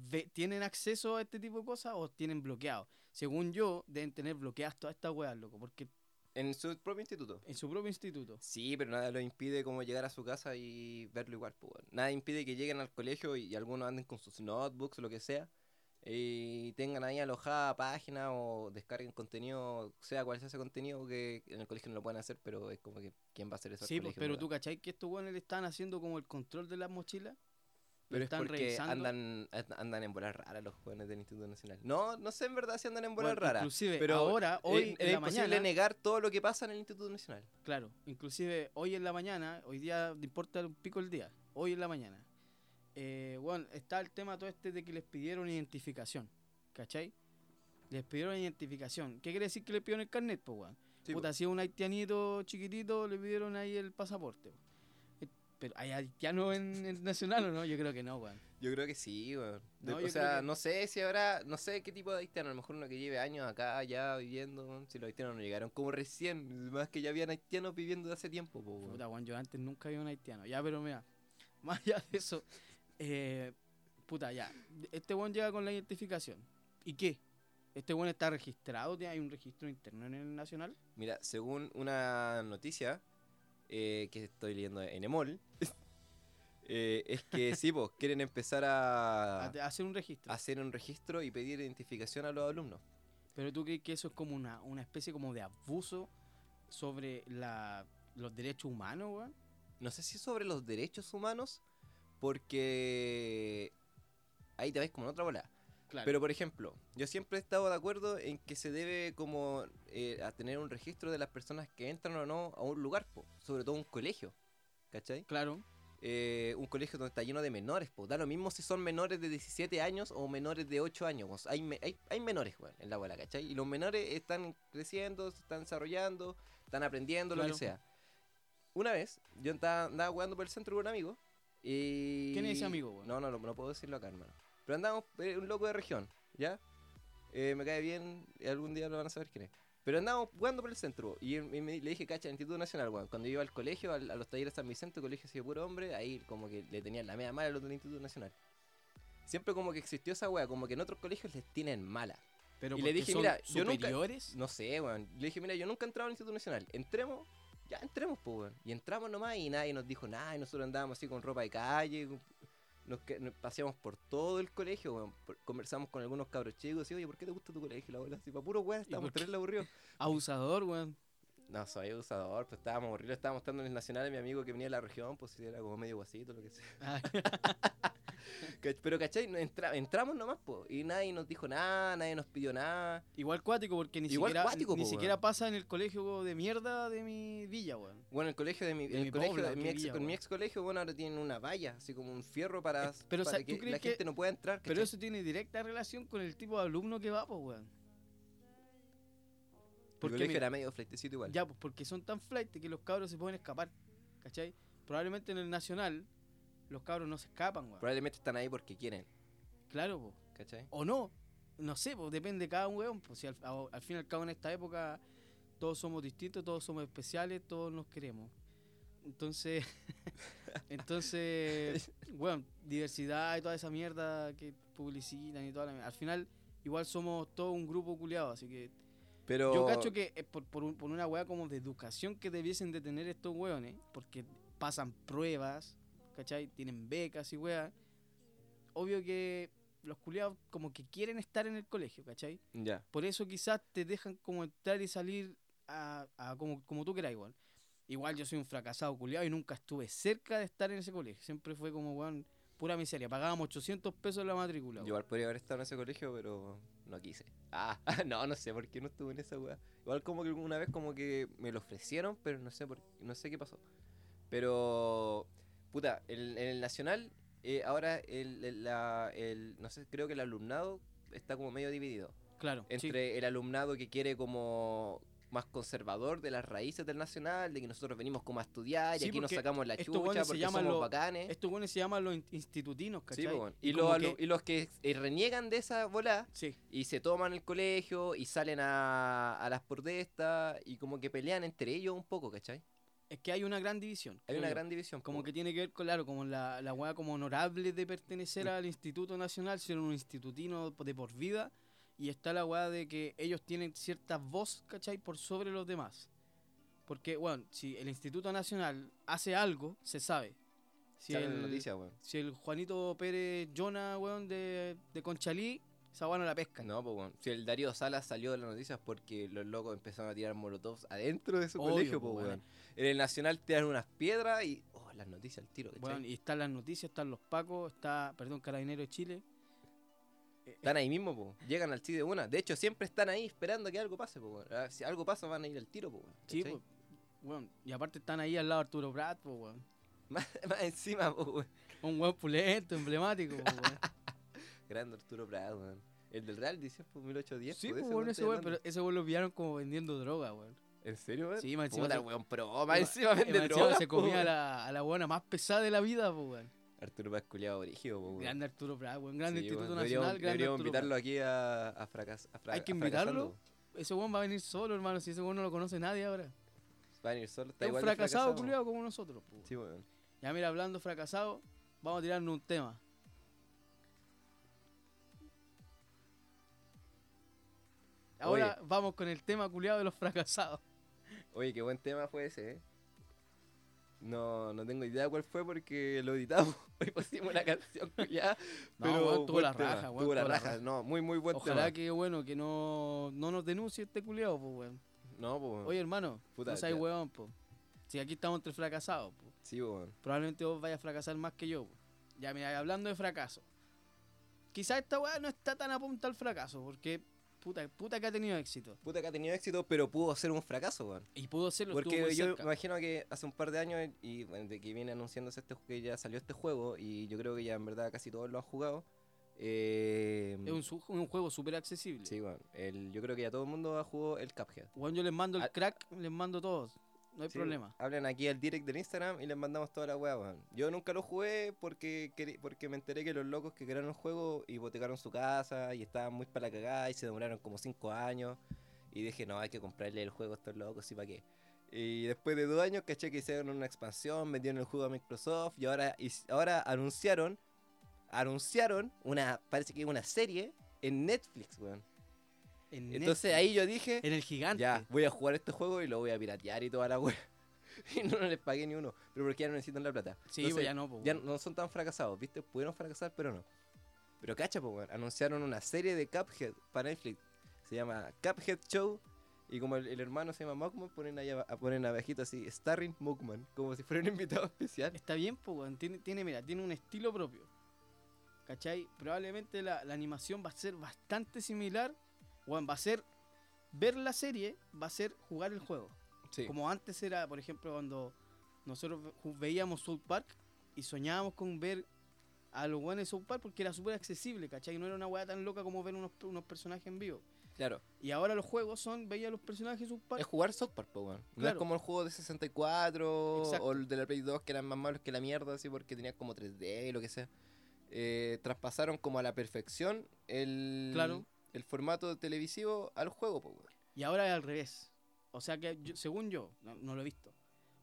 Speaker 2: ve- tienen acceso a este tipo de cosas o tienen bloqueados? Según yo, deben tener bloqueadas todas estas weas, loco, porque
Speaker 1: En su propio instituto.
Speaker 2: en su propio instituto.
Speaker 1: Sí, pero nada lo impide como llegar a su casa y verlo igual, pues, weón. Nada impide que lleguen al colegio y, y algunos anden con sus notebooks, lo que sea, y tengan ahí alojada página o descarguen contenido, sea cual sea ese contenido, que en el colegio no lo pueden hacer, pero es como que, ¿quién va a hacer eso al
Speaker 2: Sí, pues,
Speaker 1: colegio,
Speaker 2: pero
Speaker 1: weón?
Speaker 2: tú, ¿cachai? Que estos weones le están haciendo como el control de las mochilas. Le
Speaker 1: Pero es
Speaker 2: están
Speaker 1: porque
Speaker 2: revisando.
Speaker 1: andan, and- andan en bolas raras los jóvenes del Instituto Nacional. No, no sé en verdad si andan en bolas
Speaker 2: Bueno,
Speaker 1: raras.
Speaker 2: Inclusive,
Speaker 1: pero
Speaker 2: ahora,
Speaker 1: Eh,
Speaker 2: hoy, en
Speaker 1: es
Speaker 2: la
Speaker 1: imposible
Speaker 2: mañana,
Speaker 1: negar todo lo que pasa en el Instituto Nacional.
Speaker 2: Claro, inclusive hoy en la mañana, hoy día, no importa un pico el día, hoy en la mañana, eh, weón, está el tema todo este de que les pidieron identificación, ¿cachai? Les pidieron identificación. ¿Qué quiere decir que le pidieron el carnet, pues, weón? Puta, si es un haitianito chiquitito, le pidieron ahí el pasaporte. Eh, Pero, ¿hay haitianos en el Nacional o no? Yo creo que no, weón.
Speaker 1: Yo creo que sí, weón. De-
Speaker 2: No, yo
Speaker 1: o
Speaker 2: creo
Speaker 1: sea,
Speaker 2: que-
Speaker 1: no sé si habrá, no sé qué tipo de haitiano, a lo mejor uno que lleve años acá, allá viviendo, weón, si los haitianos no llegaron como recién, más que ya habían haitianos viviendo de hace tiempo, po, weón.
Speaker 2: Puta, weón, yo antes nunca vi un haitiano. Ya, pero mira, más allá de eso, eh, puta, ya. Este weón llega con la identificación. ¿Y qué? ¿Este weón está registrado? ¿Tiene- ¿Hay un registro interno en el nacional?
Speaker 1: Mira, según una noticia eh, que estoy leyendo en Emol, eh, es que sí, pues, quieren empezar a,
Speaker 2: A- a hacer un registro.
Speaker 1: hacer un registro y pedir identificación a los alumnos.
Speaker 2: ¿Pero tú crees que eso es como una, una especie como de abuso sobre la, los derechos humanos, weón?
Speaker 1: No sé si sobre los derechos humanos, porque ahí te ves como en otra bola.
Speaker 2: Claro.
Speaker 1: Pero por ejemplo, yo siempre he estado de acuerdo en que se debe como eh, a tener un registro de las personas que entran o no a un lugar, po, sobre todo un colegio. ¿Cachai?
Speaker 2: claro,
Speaker 1: Eh, un colegio donde está lleno de menores, po. Da lo mismo si son menores de 17 años o menores de 8 años. weón. Hay, me- hay, hay menores, weón, en la bola, ¿cachai? Y los menores están creciendo, se están desarrollando, están aprendiendo, lo
Speaker 2: Claro.
Speaker 1: que sea. Una vez, yo andaba, andaba jugando por el centro con un amigo. Y...
Speaker 2: ¿Quién es ese amigo, weón?
Speaker 1: No, no, no, no puedo decirlo acá, hermano. Pero andamos, eh, un loco de región, ¿ya? Eh, me cae bien, y algún día lo van a saber quién es. Pero andábamos jugando por el centro y, él- y me- le dije, cacha, el Instituto Nacional, weón. Cuando yo iba al colegio, al- a los talleres San Vicente, colegio así de puro hombre, ahí como que le tenían la media mala a los del Instituto Nacional. Siempre como que existió esa weá, como que en otros colegios les tienen mala.
Speaker 2: pero
Speaker 1: Y le
Speaker 2: porque
Speaker 1: dije,
Speaker 2: son
Speaker 1: mira, yo nunca-
Speaker 2: superiores.
Speaker 1: No sé, weón. Le dije, mira, yo nunca he entrado al Instituto Nacional. Entremos, ya entremos, pues, weón. Y entramos nomás y nadie nos dijo nada. Y nosotros andábamos así con ropa de calle. con- Nos, que- nos paseamos por todo el colegio, weón. Por- conversamos con algunos cabros chicos. Y, oye, ¿por qué te gusta tu colegio? La bola, así, pa' puro weón, estábamos
Speaker 2: por qué?
Speaker 1: terrible aburridos.
Speaker 2: Abusador, weón.
Speaker 1: No, soy abusador, pues estábamos aburridos, estábamos estando en el Nacional, mi amigo que venía de la región, pues sí, era como medio guasito, lo que sea.
Speaker 2: Ah,
Speaker 1: Cach- Pero, ¿cachai? No, entra- entramos nomás, pues, y nadie nos dijo nada, nadie nos pidió nada.
Speaker 2: Igual cuático, porque ni
Speaker 1: Igual
Speaker 2: siquiera,
Speaker 1: cuático,
Speaker 2: ni
Speaker 1: po,
Speaker 2: siquiera
Speaker 1: weón.
Speaker 2: pasa en el colegio de mierda de mi villa, weón.
Speaker 1: Bueno, el colegio de mi,
Speaker 2: De
Speaker 1: el
Speaker 2: mi
Speaker 1: colegio
Speaker 2: pobla,
Speaker 1: de mi
Speaker 2: qué
Speaker 1: ex,
Speaker 2: villa,
Speaker 1: con mi
Speaker 2: weón.
Speaker 1: ex colegio, bueno, ahora tienen una valla, así como un fierro para,
Speaker 2: Es- pero, o
Speaker 1: para
Speaker 2: sea, ¿tú
Speaker 1: que
Speaker 2: crees
Speaker 1: la
Speaker 2: que-
Speaker 1: gente no pueda entrar.
Speaker 2: Pero
Speaker 1: ¿cachai?
Speaker 2: eso tiene directa relación con el tipo de alumno que va, pues, weón.
Speaker 1: el
Speaker 2: Porque
Speaker 1: colegio
Speaker 2: mira,
Speaker 1: era medio fleitecito igual.
Speaker 2: ya, pues porque son tan flight que los cabros se pueden escapar, ¿cachai? Probablemente en el nacional los cabros no se escapan, weón.
Speaker 1: Probablemente están ahí porque quieren,
Speaker 2: Claro, pues.
Speaker 1: ¿cachai?
Speaker 2: O no, no sé, pues depende de cada weón. Pues si al, a- al fin y al cabo en esta época todos somos distintos, todos somos especiales, todos nos queremos. Entonces, entonces, weón, diversidad y toda esa mierda que publicitan y toda la mierda. Al final, igual somos todo un grupo culiado, así que
Speaker 1: Pero
Speaker 2: yo cacho que es por, por un- por una weá como de educación que debiesen de tener estos weones, porque pasan pruebas, ¿cachai? Tienen becas y weá. Obvio que los culiados como que quieren estar en el colegio, ¿cachai?
Speaker 1: Ya.
Speaker 2: Por eso quizás te dejan como entrar y salir a- a, a como, como tú quieras, igual. Igual yo soy un fracasado culiado y nunca estuve cerca de estar en ese colegio. Siempre fue como, weón, pura miseria. Pagábamos 800 pesos la
Speaker 1: Yo
Speaker 2: matrícula. weón.
Speaker 1: igual podría haber estado en ese colegio, pero no quise. Ah, no, no sé por qué no estuve en esa weá. Igual como que una vez como que me lo ofrecieron, pero no sé por, no sé qué pasó. Pero, puta, el- en el Nacional, eh, ahora el, el- la- el- no sé, creo que el alumnado está como medio dividido.
Speaker 2: Claro, sí.
Speaker 1: Entre el alumnado que quiere como más conservador de las raíces del Nacional, de que nosotros venimos como a estudiar
Speaker 2: Sí,
Speaker 1: y aquí nos
Speaker 2: porque
Speaker 1: sacamos la
Speaker 2: estos
Speaker 1: chucha
Speaker 2: weones
Speaker 1: porque
Speaker 2: se llaman
Speaker 1: somos
Speaker 2: los-
Speaker 1: bacanes.
Speaker 2: Estos weones Este se llaman los in- institutinos,
Speaker 1: Sí,
Speaker 2: ¿cachai?
Speaker 1: po, weón. y,
Speaker 2: como
Speaker 1: los, alu-
Speaker 2: que-
Speaker 1: y los que eh, reniegan de esa bola
Speaker 2: Sí,
Speaker 1: y se toman el colegio y salen a, a las protestas y como que pelean entre ellos un poco, ¿cachai?
Speaker 2: es que hay una gran división.
Speaker 1: Hay
Speaker 2: creo
Speaker 1: una
Speaker 2: yo.
Speaker 1: gran división.
Speaker 2: Como
Speaker 1: po.
Speaker 2: que tiene que ver, con, claro, como la, la weá como honorable de pertenecer
Speaker 1: Mm.
Speaker 2: al Instituto Nacional, ser un institutino de por vida, y está la weá de que ellos tienen cierta voz, ¿cachai? Por sobre los demás. Porque, bueno, si el Instituto Nacional hace algo, se sabe. Si
Speaker 1: Salen en
Speaker 2: el,
Speaker 1: las noticias, weón.
Speaker 2: si el Juanito Pérez Jonah, weón, de, de Conchalí, esa weá no la pesca.
Speaker 1: No, po, weón. Si el Darío Salas salió de las noticias porque los locos empezaron a tirar molotovs adentro de su
Speaker 2: Obvio,
Speaker 1: colegio,
Speaker 2: po,
Speaker 1: po,
Speaker 2: weón.
Speaker 1: weón. En el Nacional tiran unas piedras y. Oh, las noticias al tiro, ¿cachai?
Speaker 2: Weón, y están las noticias, están los pacos, está, perdón, Carabinero de Chile. Eh,
Speaker 1: Están ahí mismo, po. Llegan al tiro de una. De hecho, siempre están ahí esperando que algo pase, po, weón. Ah, Si algo pasa, van a ir al tiro, po, weón.
Speaker 2: Sí, pues.
Speaker 1: ¿cachai?
Speaker 2: po, weón. Y aparte están ahí al lado de Arturo Prat, po, weón.
Speaker 1: Más, más encima, po, weón.
Speaker 2: Un weón pulento, emblemático, po, weón.
Speaker 1: Grande Arturo Prat, weón. El del Real dice pues, por 1810.
Speaker 2: sí,
Speaker 1: po,
Speaker 2: po,
Speaker 1: de ese
Speaker 2: weón,
Speaker 1: weón
Speaker 2: ese
Speaker 1: estoy
Speaker 2: weón, pero
Speaker 1: hablando.
Speaker 2: ese weón lo pillaron como vendiendo droga, weón.
Speaker 1: ¿En serio, weón?
Speaker 2: Sí, más encima
Speaker 1: Puta,
Speaker 2: se-
Speaker 1: weón, pro, más
Speaker 2: Y ma-
Speaker 1: encima
Speaker 2: y
Speaker 1: vende
Speaker 2: más encima
Speaker 1: droga,
Speaker 2: se
Speaker 1: po,
Speaker 2: comía a
Speaker 1: weón.
Speaker 2: la, a la buena más pesada de la vida, po, weón.
Speaker 1: Arturo Prat culiado brígido, po, weón.
Speaker 2: Grande Arturo Prat, weón. Grande
Speaker 1: Sí,
Speaker 2: Instituto
Speaker 1: weón,
Speaker 2: Nacional,
Speaker 1: deberíamos-
Speaker 2: grande
Speaker 1: Deberíamos
Speaker 2: Arturo Prat.
Speaker 1: invitarlo aquí a, a fracas- a fra-
Speaker 2: Hay que
Speaker 1: a
Speaker 2: invitarlo.
Speaker 1: fracasando.
Speaker 2: Ese weón va a venir solo, hermano. Si ese weón no lo conoce nadie ahora.
Speaker 1: Va a venir solo, está
Speaker 2: Es un
Speaker 1: igual de
Speaker 2: fracasado, culiado, como nosotros, po, weón.
Speaker 1: Sí, weón.
Speaker 2: Ya mira, hablando fracasado, vamos a tirarnos un tema. Ahora vamos con el tema culiado de los fracasados.
Speaker 1: Oye, qué buen tema fue ese, eh. No, no tengo idea cuál fue porque lo editamos. Hoy pusimos una canción culiada.
Speaker 2: No,
Speaker 1: pero
Speaker 2: weón, tuvo
Speaker 1: buen
Speaker 2: la
Speaker 1: tema,
Speaker 2: raja, weón,
Speaker 1: Tuvo la
Speaker 2: tuvo la
Speaker 1: raja,
Speaker 2: raja.
Speaker 1: no, muy, muy buen
Speaker 2: Ojalá
Speaker 1: tema.
Speaker 2: que, bueno, que no, no nos denuncie este culiado, pues, weón.
Speaker 1: No, pues, po, weón.
Speaker 2: Oye, hermano,
Speaker 1: Puta,
Speaker 2: no seas
Speaker 1: ya.
Speaker 2: weón, pues. Si aquí estamos entre fracasados, pues.
Speaker 1: Sí, po, weón.
Speaker 2: Probablemente vos vayas a fracasar más que yo, po. Ya, mira, hablando de fracaso. Quizás esta weá no está tan apunta al fracaso, porque puta, puta que ha tenido éxito.
Speaker 1: Puta que ha tenido éxito, pero pudo ser un fracaso, weón.
Speaker 2: Y pudo serlo, estuvo
Speaker 1: Porque
Speaker 2: muy
Speaker 1: yo
Speaker 2: cerca.
Speaker 1: me imagino que hace un par de años, y bueno, de que viene anunciándose este ju- que ya salió este juego, y yo creo que ya en verdad casi todos lo han jugado. eh,
Speaker 2: Es un, su- un juego súper accesible.
Speaker 1: Sí, bueno, el, yo creo que ya todo el mundo ha jugado el Cuphead.
Speaker 2: Weón, yo les mando el
Speaker 1: Al-
Speaker 2: crack, les mando todos. No hay
Speaker 1: Sí,
Speaker 2: problema.
Speaker 1: Hablan aquí al direct del Instagram y les mandamos toda la weá, weón. Yo nunca lo jugué porque, queri- porque me enteré que los locos que crearon el juego hipotecaron su casa y estaban muy para la cagada y se demoraron como 5 años. Y dije, no, hay que comprarle el juego a estos locos y para qué. Y después de dos años caché que hicieron una expansión, vendieron el juego a Microsoft y ahora, y ahora anunciaron, anunciaron una, parece que una serie en Netflix, weón.
Speaker 2: En
Speaker 1: Entonces
Speaker 2: Netflix,
Speaker 1: ahí yo dije,
Speaker 2: En el gigante.
Speaker 1: ya, voy a jugar este juego y lo voy a piratear y toda la wea. Y no, no les pagué ni uno, pero porque ya no necesitan la plata.
Speaker 2: Sí,
Speaker 1: Entonces,
Speaker 2: pues ya no, po,
Speaker 1: Ya
Speaker 2: weón.
Speaker 1: no son tan fracasados, ¿viste? Pudieron fracasar, pero no. Pero cacha, po, weón, anunciaron una serie de Cuphead para Netflix. Se llama Cuphead Show. Y como el, el hermano se llama Mockman, ponen ahí aba- ponen abajito así, Starring Mockman, como si fuera un invitado especial.
Speaker 2: Está bien, pues, weón. Tiene, tiene, mira, tiene un estilo propio. ¿Cachai? Probablemente la, la animación va a ser bastante similar. Weón, va a ser ver la serie, va a ser jugar el juego.
Speaker 1: Sí.
Speaker 2: Como antes era, por ejemplo, cuando nosotros ve- ju- veíamos South Park y soñábamos con ver a los weones de South Park porque era súper accesible, ¿cachai? No era una weá tan loca como ver unos, unos personajes en vivo.
Speaker 1: Claro.
Speaker 2: Y ahora los juegos son, veía a los personajes de South Park.
Speaker 1: Es jugar South Park, po, weón. No es
Speaker 2: Claro.
Speaker 1: como el juego de 64
Speaker 2: Exacto.
Speaker 1: o el de la Play 2 que eran más malos que la mierda, así porque tenían como 3D y lo que sea. Eh, traspasaron como a la perfección el,
Speaker 2: Claro.
Speaker 1: el formato televisivo al juego, po, weón.
Speaker 2: Y ahora es al revés. O sea que, yo- según yo, no, no lo he visto.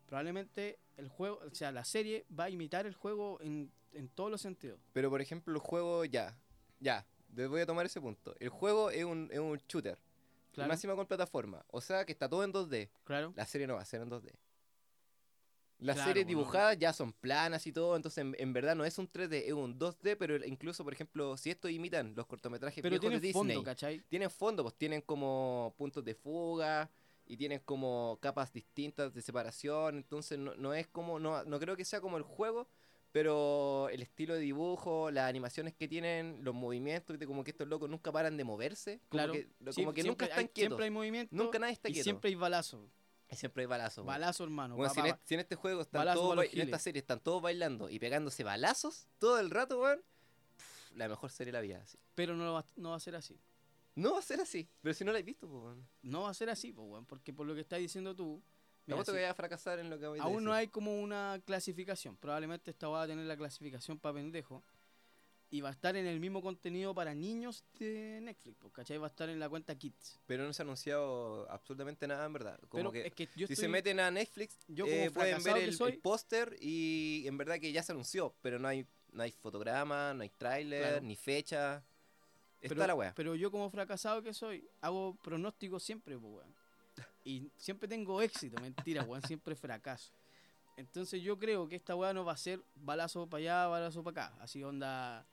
Speaker 2: Probablemente el juego, o sea, la serie va a imitar el juego en, en todos los sentidos.
Speaker 1: Pero por ejemplo, el juego ya. Ya. Les voy a tomar ese punto. El juego es un, es un shooter.
Speaker 2: Claro,
Speaker 1: Más encima con plataforma. O sea que está todo en 2D.
Speaker 2: claro.
Speaker 1: La serie no va a ser en 2D. Las
Speaker 2: Claro,
Speaker 1: series
Speaker 2: pues, no.
Speaker 1: dibujadas ya son planas y todo, entonces en, en verdad no es un 3D, es un 2D, pero el- incluso, por ejemplo, si esto imitan los cortometrajes
Speaker 2: Pero
Speaker 1: viejos
Speaker 2: tiene
Speaker 1: de Disney,
Speaker 2: fondo, ¿cachai?
Speaker 1: tienen fondo, pues tienen como puntos de fuga y tienen como capas distintas de separación, entonces no, no es como, no, no creo que sea como el juego, pero el estilo de dibujo, las animaciones que tienen, los movimientos, ¿viste? como que estos locos nunca paran de moverse, como
Speaker 2: Claro.
Speaker 1: que, como
Speaker 2: Siem-
Speaker 1: que nunca
Speaker 2: siempre
Speaker 1: están
Speaker 2: hay-
Speaker 1: quietos,
Speaker 2: Siempre hay movimiento.
Speaker 1: nunca nadie está
Speaker 2: y
Speaker 1: quieto,
Speaker 2: siempre hay balazo.
Speaker 1: Y siempre hay balazos. weón.
Speaker 2: Balazo, hermano.
Speaker 1: Weón,
Speaker 2: pa,
Speaker 1: si,
Speaker 2: pa,
Speaker 1: en
Speaker 2: pa.
Speaker 1: este, si en este juego están
Speaker 2: Balazo
Speaker 1: todos
Speaker 2: pa los
Speaker 1: bai- en esta
Speaker 2: giles.
Speaker 1: serie están todos bailando y pegándose balazos todo el rato, weón, pff, la mejor serie de la vida. así.
Speaker 2: Pero no, va, no va a ser así.
Speaker 1: No va a ser así, pero si no la he visto, pues, weón.
Speaker 2: No va a ser así, po, weón, porque por lo que estás diciendo tú,
Speaker 1: Me
Speaker 2: mira,
Speaker 1: apuesto
Speaker 2: si-
Speaker 1: que pues, voy a fracasar en lo que voy a
Speaker 2: aún no hay como una clasificación. Probablemente esta va a tener la clasificación para pendejo. Y va a estar en el mismo contenido para niños de Netflix, po, ¿cachai? Va a estar en la cuenta Kids.
Speaker 1: Pero no se ha anunciado absolutamente nada, en verdad. Como
Speaker 2: Pero
Speaker 1: que
Speaker 2: es que yo
Speaker 1: si
Speaker 2: estoy...
Speaker 1: se meten a Netflix,
Speaker 2: yo como
Speaker 1: eh, pueden ver
Speaker 2: fracasado que
Speaker 1: el, el
Speaker 2: soy-
Speaker 1: póster y en verdad que ya se anunció, pero no hay, no hay fotograma, no hay tráiler,
Speaker 2: Claro.
Speaker 1: ni fecha. Está
Speaker 2: pero,
Speaker 1: la weá.
Speaker 2: pero yo como fracasado que soy, hago pronósticos siempre, po, weón. Y siempre tengo éxito, mentira, weón, siempre fracaso. Entonces yo creo que esta weá no va a ser balazo para allá, balazo para acá. Así onda,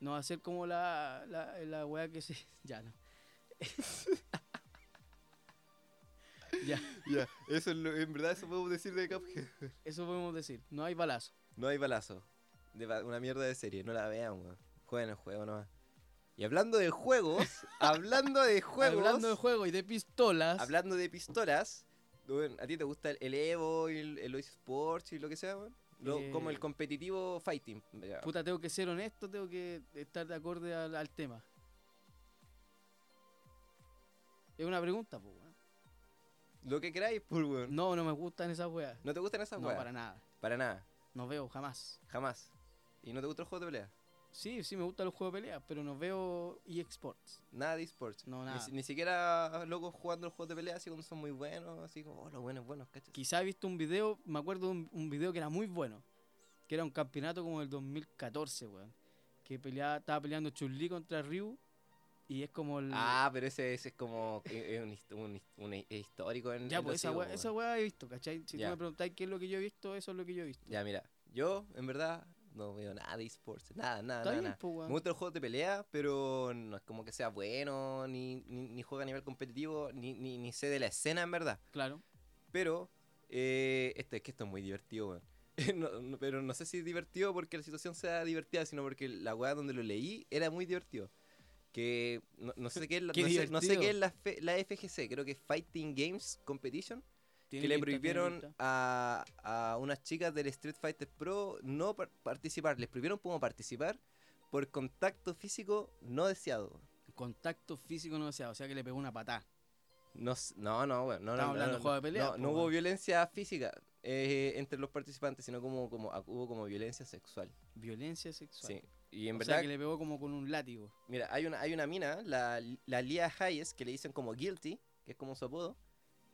Speaker 2: no va a ser como la, la, la weá que se... Ya, no. ya,
Speaker 1: eso en verdad eso podemos decir de Cuphead.
Speaker 2: eso podemos decir. No hay balazo.
Speaker 1: No hay balazo. De ba- una mierda de serie, no la vean, weón. Jueguen el juego nomás. Y hablando de juegos, hablando de juegos,
Speaker 2: Hablando de juego y de pistolas,
Speaker 1: hablando de pistolas, weón, ¿a ti te gusta el, el Evo, y el, el Oasis Sports y lo que sea, weón? Lo-
Speaker 2: Eh,
Speaker 1: Como el competitivo fighting. ya.
Speaker 2: puta, tengo que ser honesto, tengo que estar de acorde al, al tema. Es una pregunta, po, weón.
Speaker 1: Lo que queráis, por weón.
Speaker 2: No, no me gustan esas weas.
Speaker 1: ¿No te gustan esas
Speaker 2: No,
Speaker 1: weas?
Speaker 2: para nada.
Speaker 1: Para nada,
Speaker 2: No veo jamás.
Speaker 1: jamás. ¿Y no te gustan los juegos de pelea?
Speaker 2: Sí, sí, me gustan los juegos de pelea, pero no veo eSports.
Speaker 1: Nada de esports.
Speaker 2: No,
Speaker 1: Ni
Speaker 2: nada.
Speaker 1: si- Ni, siquiera locos jugando los juegos de pelea así cuando son muy buenos, así como, oh, los buenos, buenos, ¿cachas?
Speaker 2: Quizá he visto un video, me acuerdo de un, un video que era muy bueno, que era un campeonato como el 2014, weón. Que peleaba, estaba peleando Chun-Li contra Ryu y es como el.
Speaker 1: Ah, pero ese, ese es como eh, eh, un, hist- un hist- un hi- histórico en
Speaker 2: ya,
Speaker 1: en
Speaker 2: pues
Speaker 1: los
Speaker 2: esa
Speaker 1: Evo,
Speaker 2: wea,
Speaker 1: weón.
Speaker 2: esa wea he visto, ¿cachai? Si
Speaker 1: Ya.
Speaker 2: tú me preguntáis qué es lo que yo he visto, eso es lo que yo he visto.
Speaker 1: Ya, mira, yo, en verdad, no veo nada de esports, nada, nada,
Speaker 2: Está
Speaker 1: nada.
Speaker 2: bien,
Speaker 1: nada.
Speaker 2: po,
Speaker 1: Me
Speaker 2: weón.
Speaker 1: gustan los juegos de pelea, pero no es como que sea bueno, ni, ni, ni juega a nivel competitivo, ni, ni, ni sé de la escena, en verdad.
Speaker 2: Claro.
Speaker 1: Pero, eh, este, es que esto es muy divertido, weón. No- no- pero no sé si es divertido porque la situación sea divertida, sino porque la weá donde lo leí era muy divertido. Que no, no sé qué es la,
Speaker 2: Qué
Speaker 1: no sé, no sé
Speaker 2: divertido.
Speaker 1: qué es la, fe- la FGC, creo que es Fighting Games Competition,
Speaker 2: Tiene
Speaker 1: que le
Speaker 2: pinta, tiene
Speaker 1: prohibieron
Speaker 2: pinta.
Speaker 1: a, a unas chicas del Street Fighter Pro no par- participar, les prohibieron como participar por contacto físico no deseado.
Speaker 2: Contacto físico no deseado, o sea que le pegó una patada.
Speaker 1: No, s- no, no, weón, no, no,
Speaker 2: Estamos
Speaker 1: no,
Speaker 2: hablando
Speaker 1: no,
Speaker 2: de juego de pelea,
Speaker 1: no,
Speaker 2: po,
Speaker 1: no hubo
Speaker 2: weón.
Speaker 1: violencia física eh, entre los participantes, sino como, como ah, hubo como violencia sexual.
Speaker 2: Violencia sexual.
Speaker 1: Sí. Y en
Speaker 2: o
Speaker 1: verdad,
Speaker 2: sea que le pegó como con un látigo.
Speaker 1: mira, hay una, hay una mina, la, la Lia Hayes, que le dicen como Guilty, que es como su apodo,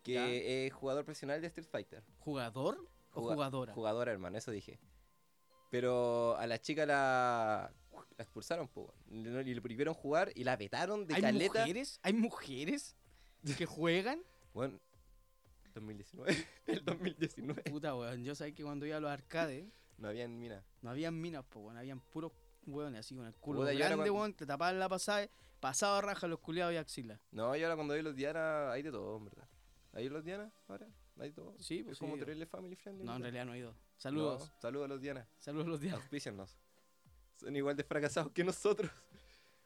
Speaker 1: que
Speaker 2: Ya.
Speaker 1: es jugador profesional de Street Fighter.
Speaker 2: ¿Jugador o
Speaker 1: Juga-
Speaker 2: jugadora?
Speaker 1: Jugadora, hermano, eso dije. Pero a la chica la, la expulsaron, po, y no- y le prohibieron jugar y la vetaron de
Speaker 2: ¿Hay
Speaker 1: caleta.
Speaker 2: mujeres? ¿Hay mujeres que juegan?
Speaker 1: Bueno, 2019, el 2019.
Speaker 2: Puta, weón. Yo sabía que cuando iba a los arcades
Speaker 1: No habían mina.
Speaker 2: no habían minas, po, weón. Habían puros weones así con el culo
Speaker 1: Puta, yo era
Speaker 2: grande,
Speaker 1: cuando-
Speaker 2: weón. Te tapaban la pasada, pasaba raja los culiados y axila.
Speaker 1: No, yo ahora cuando veo los Diana, hay de todo, en verdad. ¿Hay los Diana ahora? ¿Hay de todo?
Speaker 2: Sí,
Speaker 1: Es
Speaker 2: pues
Speaker 1: como
Speaker 2: sí.
Speaker 1: terrible family friendly.
Speaker 2: No, en
Speaker 1: ¿verdad?
Speaker 2: realidad no he ido.
Speaker 1: No,
Speaker 2: Saludos.
Speaker 1: saludos a los Diana.
Speaker 2: Saludos los días.
Speaker 1: Auspíciennos. Son igual de fracasados que nosotros.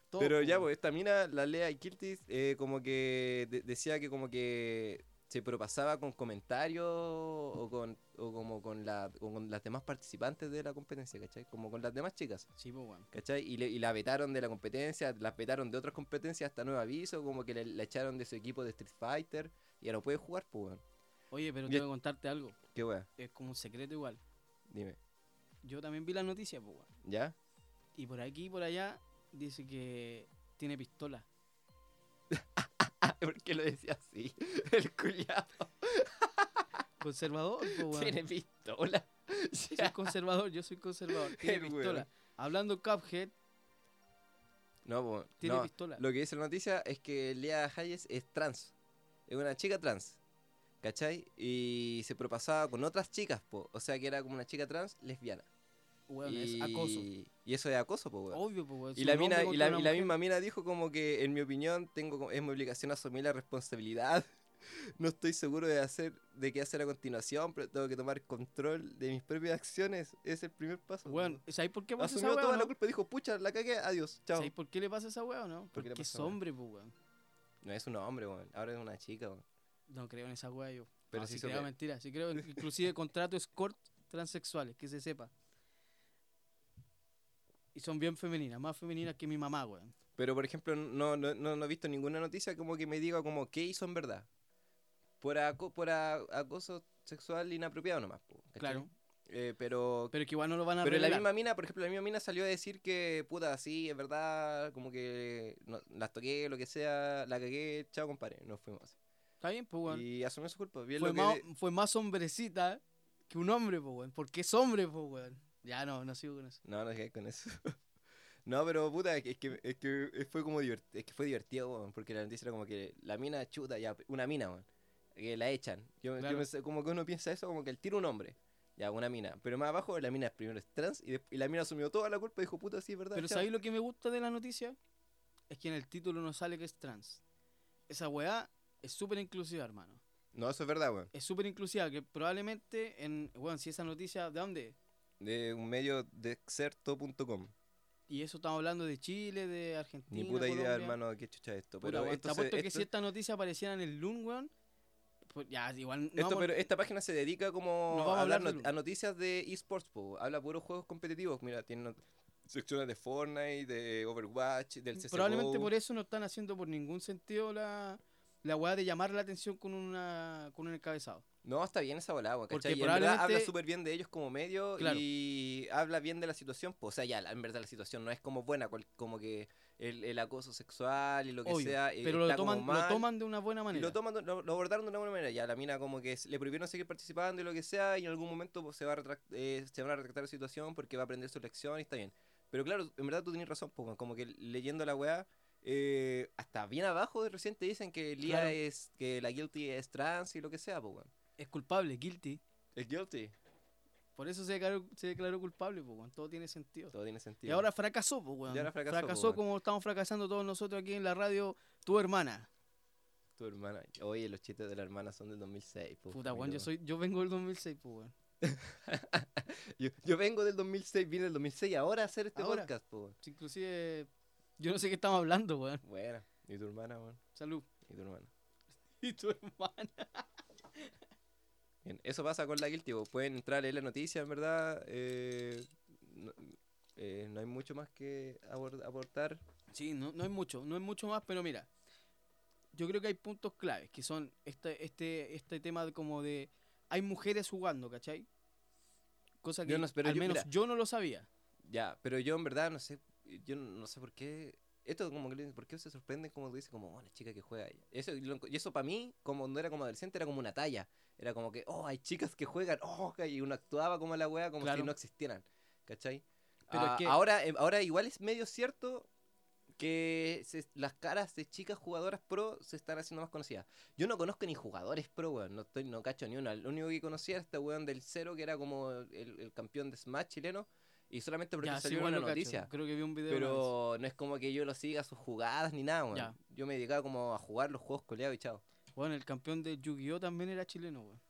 Speaker 2: Todos,
Speaker 1: Pero
Speaker 2: po,
Speaker 1: ya,
Speaker 2: weón.
Speaker 1: pues esta mina, la Lea Kiltis, eh, como que de- decía que como que se propasaba con comentarios o, con, o como con, la, o con las demás participantes de la competencia, ¿cachai? Como con las demás chicas.
Speaker 2: Sí, po, weón.
Speaker 1: ¿Cachai? Y, le- y la vetaron de la competencia, la vetaron de otras competencias hasta nuevo aviso, como que le- la echaron de su equipo de Street Fighter y ya no puede jugar, pues weón.
Speaker 2: Oye, pero
Speaker 1: Ya-
Speaker 2: tengo que contarte algo.
Speaker 1: Qué weón,
Speaker 2: Es como un secreto igual.
Speaker 1: dime.
Speaker 2: Yo también vi las noticias, po, weón.
Speaker 1: ¿Ya?
Speaker 2: Y por aquí y por allá dice que tiene pistola.
Speaker 1: ¿Por qué lo decía así? El culiado
Speaker 2: Conservador, po, weón.
Speaker 1: tiene pistola.
Speaker 2: Soy conservador, yo soy conservador. Tiene
Speaker 1: El weón.
Speaker 2: pistola. Hablando Cuphead,
Speaker 1: No, po,
Speaker 2: tiene
Speaker 1: no,
Speaker 2: pistola.
Speaker 1: Lo que dice la noticia es que Lea Hayes es trans. Es una chica trans. ¿Cachai? Y se propasaba con otras chicas, po. O sea que era como una chica trans lesbiana.
Speaker 2: Weón,
Speaker 1: y...
Speaker 2: es acoso.
Speaker 1: Y eso es acoso, po, weón.
Speaker 2: Obvio, pues, weón.
Speaker 1: Y la, mina, y, la, y la misma mina dijo como que, en mi opinión, tengo como- es mi obligación asumir la responsabilidad no estoy seguro de hacer de qué hacer a continuación, pero tengo que tomar control de mis propias acciones. Es el primer paso.
Speaker 2: Bueno, ¿sabéis por qué pasa esa
Speaker 1: Asumió
Speaker 2: weá?
Speaker 1: toda
Speaker 2: o
Speaker 1: la
Speaker 2: no?
Speaker 1: culpa y dijo, pucha, la cagué, adiós, chao.
Speaker 2: ¿Sabéis por qué le pasa esa weá o no?
Speaker 1: ¿Por qué le
Speaker 2: Porque
Speaker 1: pasa
Speaker 2: es
Speaker 1: esa weá?
Speaker 2: hombre, pues, weón.
Speaker 1: No es un hombre, weón. Ahora es una chica, weón.
Speaker 2: No creo en esa weá yo.
Speaker 1: Pero
Speaker 2: No,
Speaker 1: sí
Speaker 2: Ah, sí
Speaker 1: se
Speaker 2: creo,
Speaker 1: ve.
Speaker 2: mentira. Sí creo, en- inclusive contrato escort transexuales, que se sepa. Y son bien femeninas, más femeninas que mi mamá, weón.
Speaker 1: Pero, por ejemplo, no, no, no, no he visto ninguna noticia como que me diga como qué hizo en verdad. Por, aco- por a- acoso sexual inapropiado nomás. po, ¿cachai?
Speaker 2: Claro.
Speaker 1: Eh, pero
Speaker 2: Pero que igual no lo van a
Speaker 1: pero la
Speaker 2: revelar.
Speaker 1: misma mina, por ejemplo, la misma mina salió a decir que, puta, sí, es verdad, como que no- las toqué, lo que sea, la cagué, chao, compadre, nos fuimos.
Speaker 2: Está bien, pues, weón.
Speaker 1: Y asumió su culpa. Bien
Speaker 2: Fue,
Speaker 1: lo que
Speaker 2: más,
Speaker 1: de-
Speaker 2: fue más hombrecita que un hombre, pues, weón. Porque es hombre, pues, weón. Ya no, no sigo con eso.
Speaker 1: No, no llegué con eso. no, pero puta, es que, es que, es que fue como divert- es que fue divertido, weón, porque la noticia era como que la mina chuta, ya, una mina, weón, que la echan. Yo, yo
Speaker 2: Claro.
Speaker 1: pensé- como que uno piensa eso, como que el tiro un hombre, ya, una mina. Pero más abajo, la mina primero es trans y, desp- y la mina asumió toda la culpa y dijo, puta, sí, es verdad.
Speaker 2: Pero
Speaker 1: chao".
Speaker 2: ¿sabéis lo que me gusta de la noticia? Es que en el título no sale que es trans. Esa weá es súper inclusiva, hermano.
Speaker 1: No, eso es verdad, weón.
Speaker 2: Es súper inclusiva, que probablemente en... Weón, si esa noticia... ¿De dónde? es?
Speaker 1: De un medio de exerto.com.
Speaker 2: Y eso estamos hablando de Chile, de Argentina,
Speaker 1: Ni puta idea,
Speaker 2: Colombia.
Speaker 1: hermano, qué chucha es esto.
Speaker 2: Puta,
Speaker 1: Pero,
Speaker 2: weón, te
Speaker 1: esto se-
Speaker 2: apuesto que
Speaker 1: esto-
Speaker 2: si esta noticia apareciera en el LUN, weón... Pues ya, igual... No
Speaker 1: esto,
Speaker 2: vamos-
Speaker 1: pero esta página se dedica como
Speaker 2: No vamos
Speaker 1: a,
Speaker 2: a
Speaker 1: hablar
Speaker 2: hablar
Speaker 1: not-
Speaker 2: de-
Speaker 1: a noticias de esports, po. habla puros juegos competitivos. Mira, tiene not- secciones de Fortnite, de Overwatch, del CSGO.
Speaker 2: Probablemente por e- eso no están haciendo por ningún sentido la, la weá de llamar la atención con, una, con un encabezado.
Speaker 1: No, está bien esa volada, weón,
Speaker 2: Porque
Speaker 1: ¿cachai? Y en verdad habla
Speaker 2: probablemente-
Speaker 1: súper bien de ellos como medio
Speaker 2: Claro.
Speaker 1: y habla bien de la situación. po. O sea, ya, la- en verdad la situación no es como buena, cual- como que el, el acoso sexual y lo que
Speaker 2: Obvio,
Speaker 1: sea. eh,
Speaker 2: pero lo
Speaker 1: está como
Speaker 2: toman, lo
Speaker 1: mal.
Speaker 2: toman de una buena
Speaker 1: Y
Speaker 2: manera.
Speaker 1: lo, toman, de- lo, lo abordaron de una buena manera. Ya la mina como que s- le prohibieron seguir participando y lo que sea, y en algún momento pues, se, va a retract- eh, se van a retractar la situación porque va a aprender su lección y está bien. Pero claro, en verdad tú tenés razón, po, weón, como que leyendo la weá, eh, hasta bien abajo de recién te dicen que Lía
Speaker 2: Claro.
Speaker 1: es, que la guilty es trans y lo que sea, pues weón.
Speaker 2: Es culpable, guilty.
Speaker 1: Es guilty.
Speaker 2: Por eso se declaró, se declaró culpable, pues, weón. Todo tiene sentido.
Speaker 1: Todo tiene
Speaker 2: Y
Speaker 1: sentido.
Speaker 2: ahora fracasó, pues, weón.
Speaker 1: Y ahora fracasó, po, weón.
Speaker 2: como estamos fracasando todos nosotros aquí en la radio. Tu hermana.
Speaker 1: Tu hermana. Oye, los chistes de la hermana son del 2006, po,
Speaker 2: Puta, weón,
Speaker 1: mira,
Speaker 2: yo, soy, yo vengo del 2006, pues, weón.
Speaker 1: Yo, yo vengo del 2006, vine del 2006 ahora a hacer este
Speaker 2: Ahora.
Speaker 1: podcast, po, weón.
Speaker 2: Si Inclusive, yo no sé qué estamos hablando, weón.
Speaker 1: Bueno, y tu hermana, weón.
Speaker 2: Salud.
Speaker 1: Y tu hermana.
Speaker 2: Y tu hermana.
Speaker 1: Bien, Eso pasa con la Guilty, po. pueden entrar a leer la noticia, en verdad. eh, no, eh, no hay mucho más que abor- aportar.
Speaker 2: Sí, no, no es mucho, no es mucho más, pero mira, yo creo que hay puntos claves, que son este, este, este tema de como de, hay mujeres jugando, ¿cachai? Cosa que
Speaker 1: Yo no- pero
Speaker 2: al
Speaker 1: yo-
Speaker 2: menos
Speaker 1: mira.
Speaker 2: yo no lo sabía.
Speaker 1: Ya, pero yo en verdad no sé, yo no- no sé por qué. Esto como que le- por qué se sorprenden como dice como "Oh, la chica que juega ahí". Eso y lo enco- y eso para mí como no era como adolescente era como una talla. Era como que, "Oh, hay chicas que juegan." Oh, ca- y uno actuaba como la wea como
Speaker 2: Claro.
Speaker 1: si no existieran. ¿Cachai?
Speaker 2: Pero es
Speaker 1: Ah,
Speaker 2: que-
Speaker 1: ahora eh, ahora igual es medio cierto que se- las caras de chicas jugadoras pro se están haciendo más conocidas. Yo no conozco ni jugadores pro, weón. No, estoy, no cacho ni uno. Lo único que conocía era este weón del cero, que era como el, el campeón de Smash chileno. Y solamente porque
Speaker 2: Ya, sí,
Speaker 1: salió
Speaker 2: igual
Speaker 1: una
Speaker 2: lo cacho,
Speaker 1: noticia.
Speaker 2: creo que vi un video. una vez.
Speaker 1: Pero no es como que yo lo siga sus jugadas ni nada, weón.
Speaker 2: Ya.
Speaker 1: Yo me dedicaba como a jugar los juegos coleados y chao.
Speaker 2: Bueno, el campeón de Yu-Gi-Oh también era chileno, weón.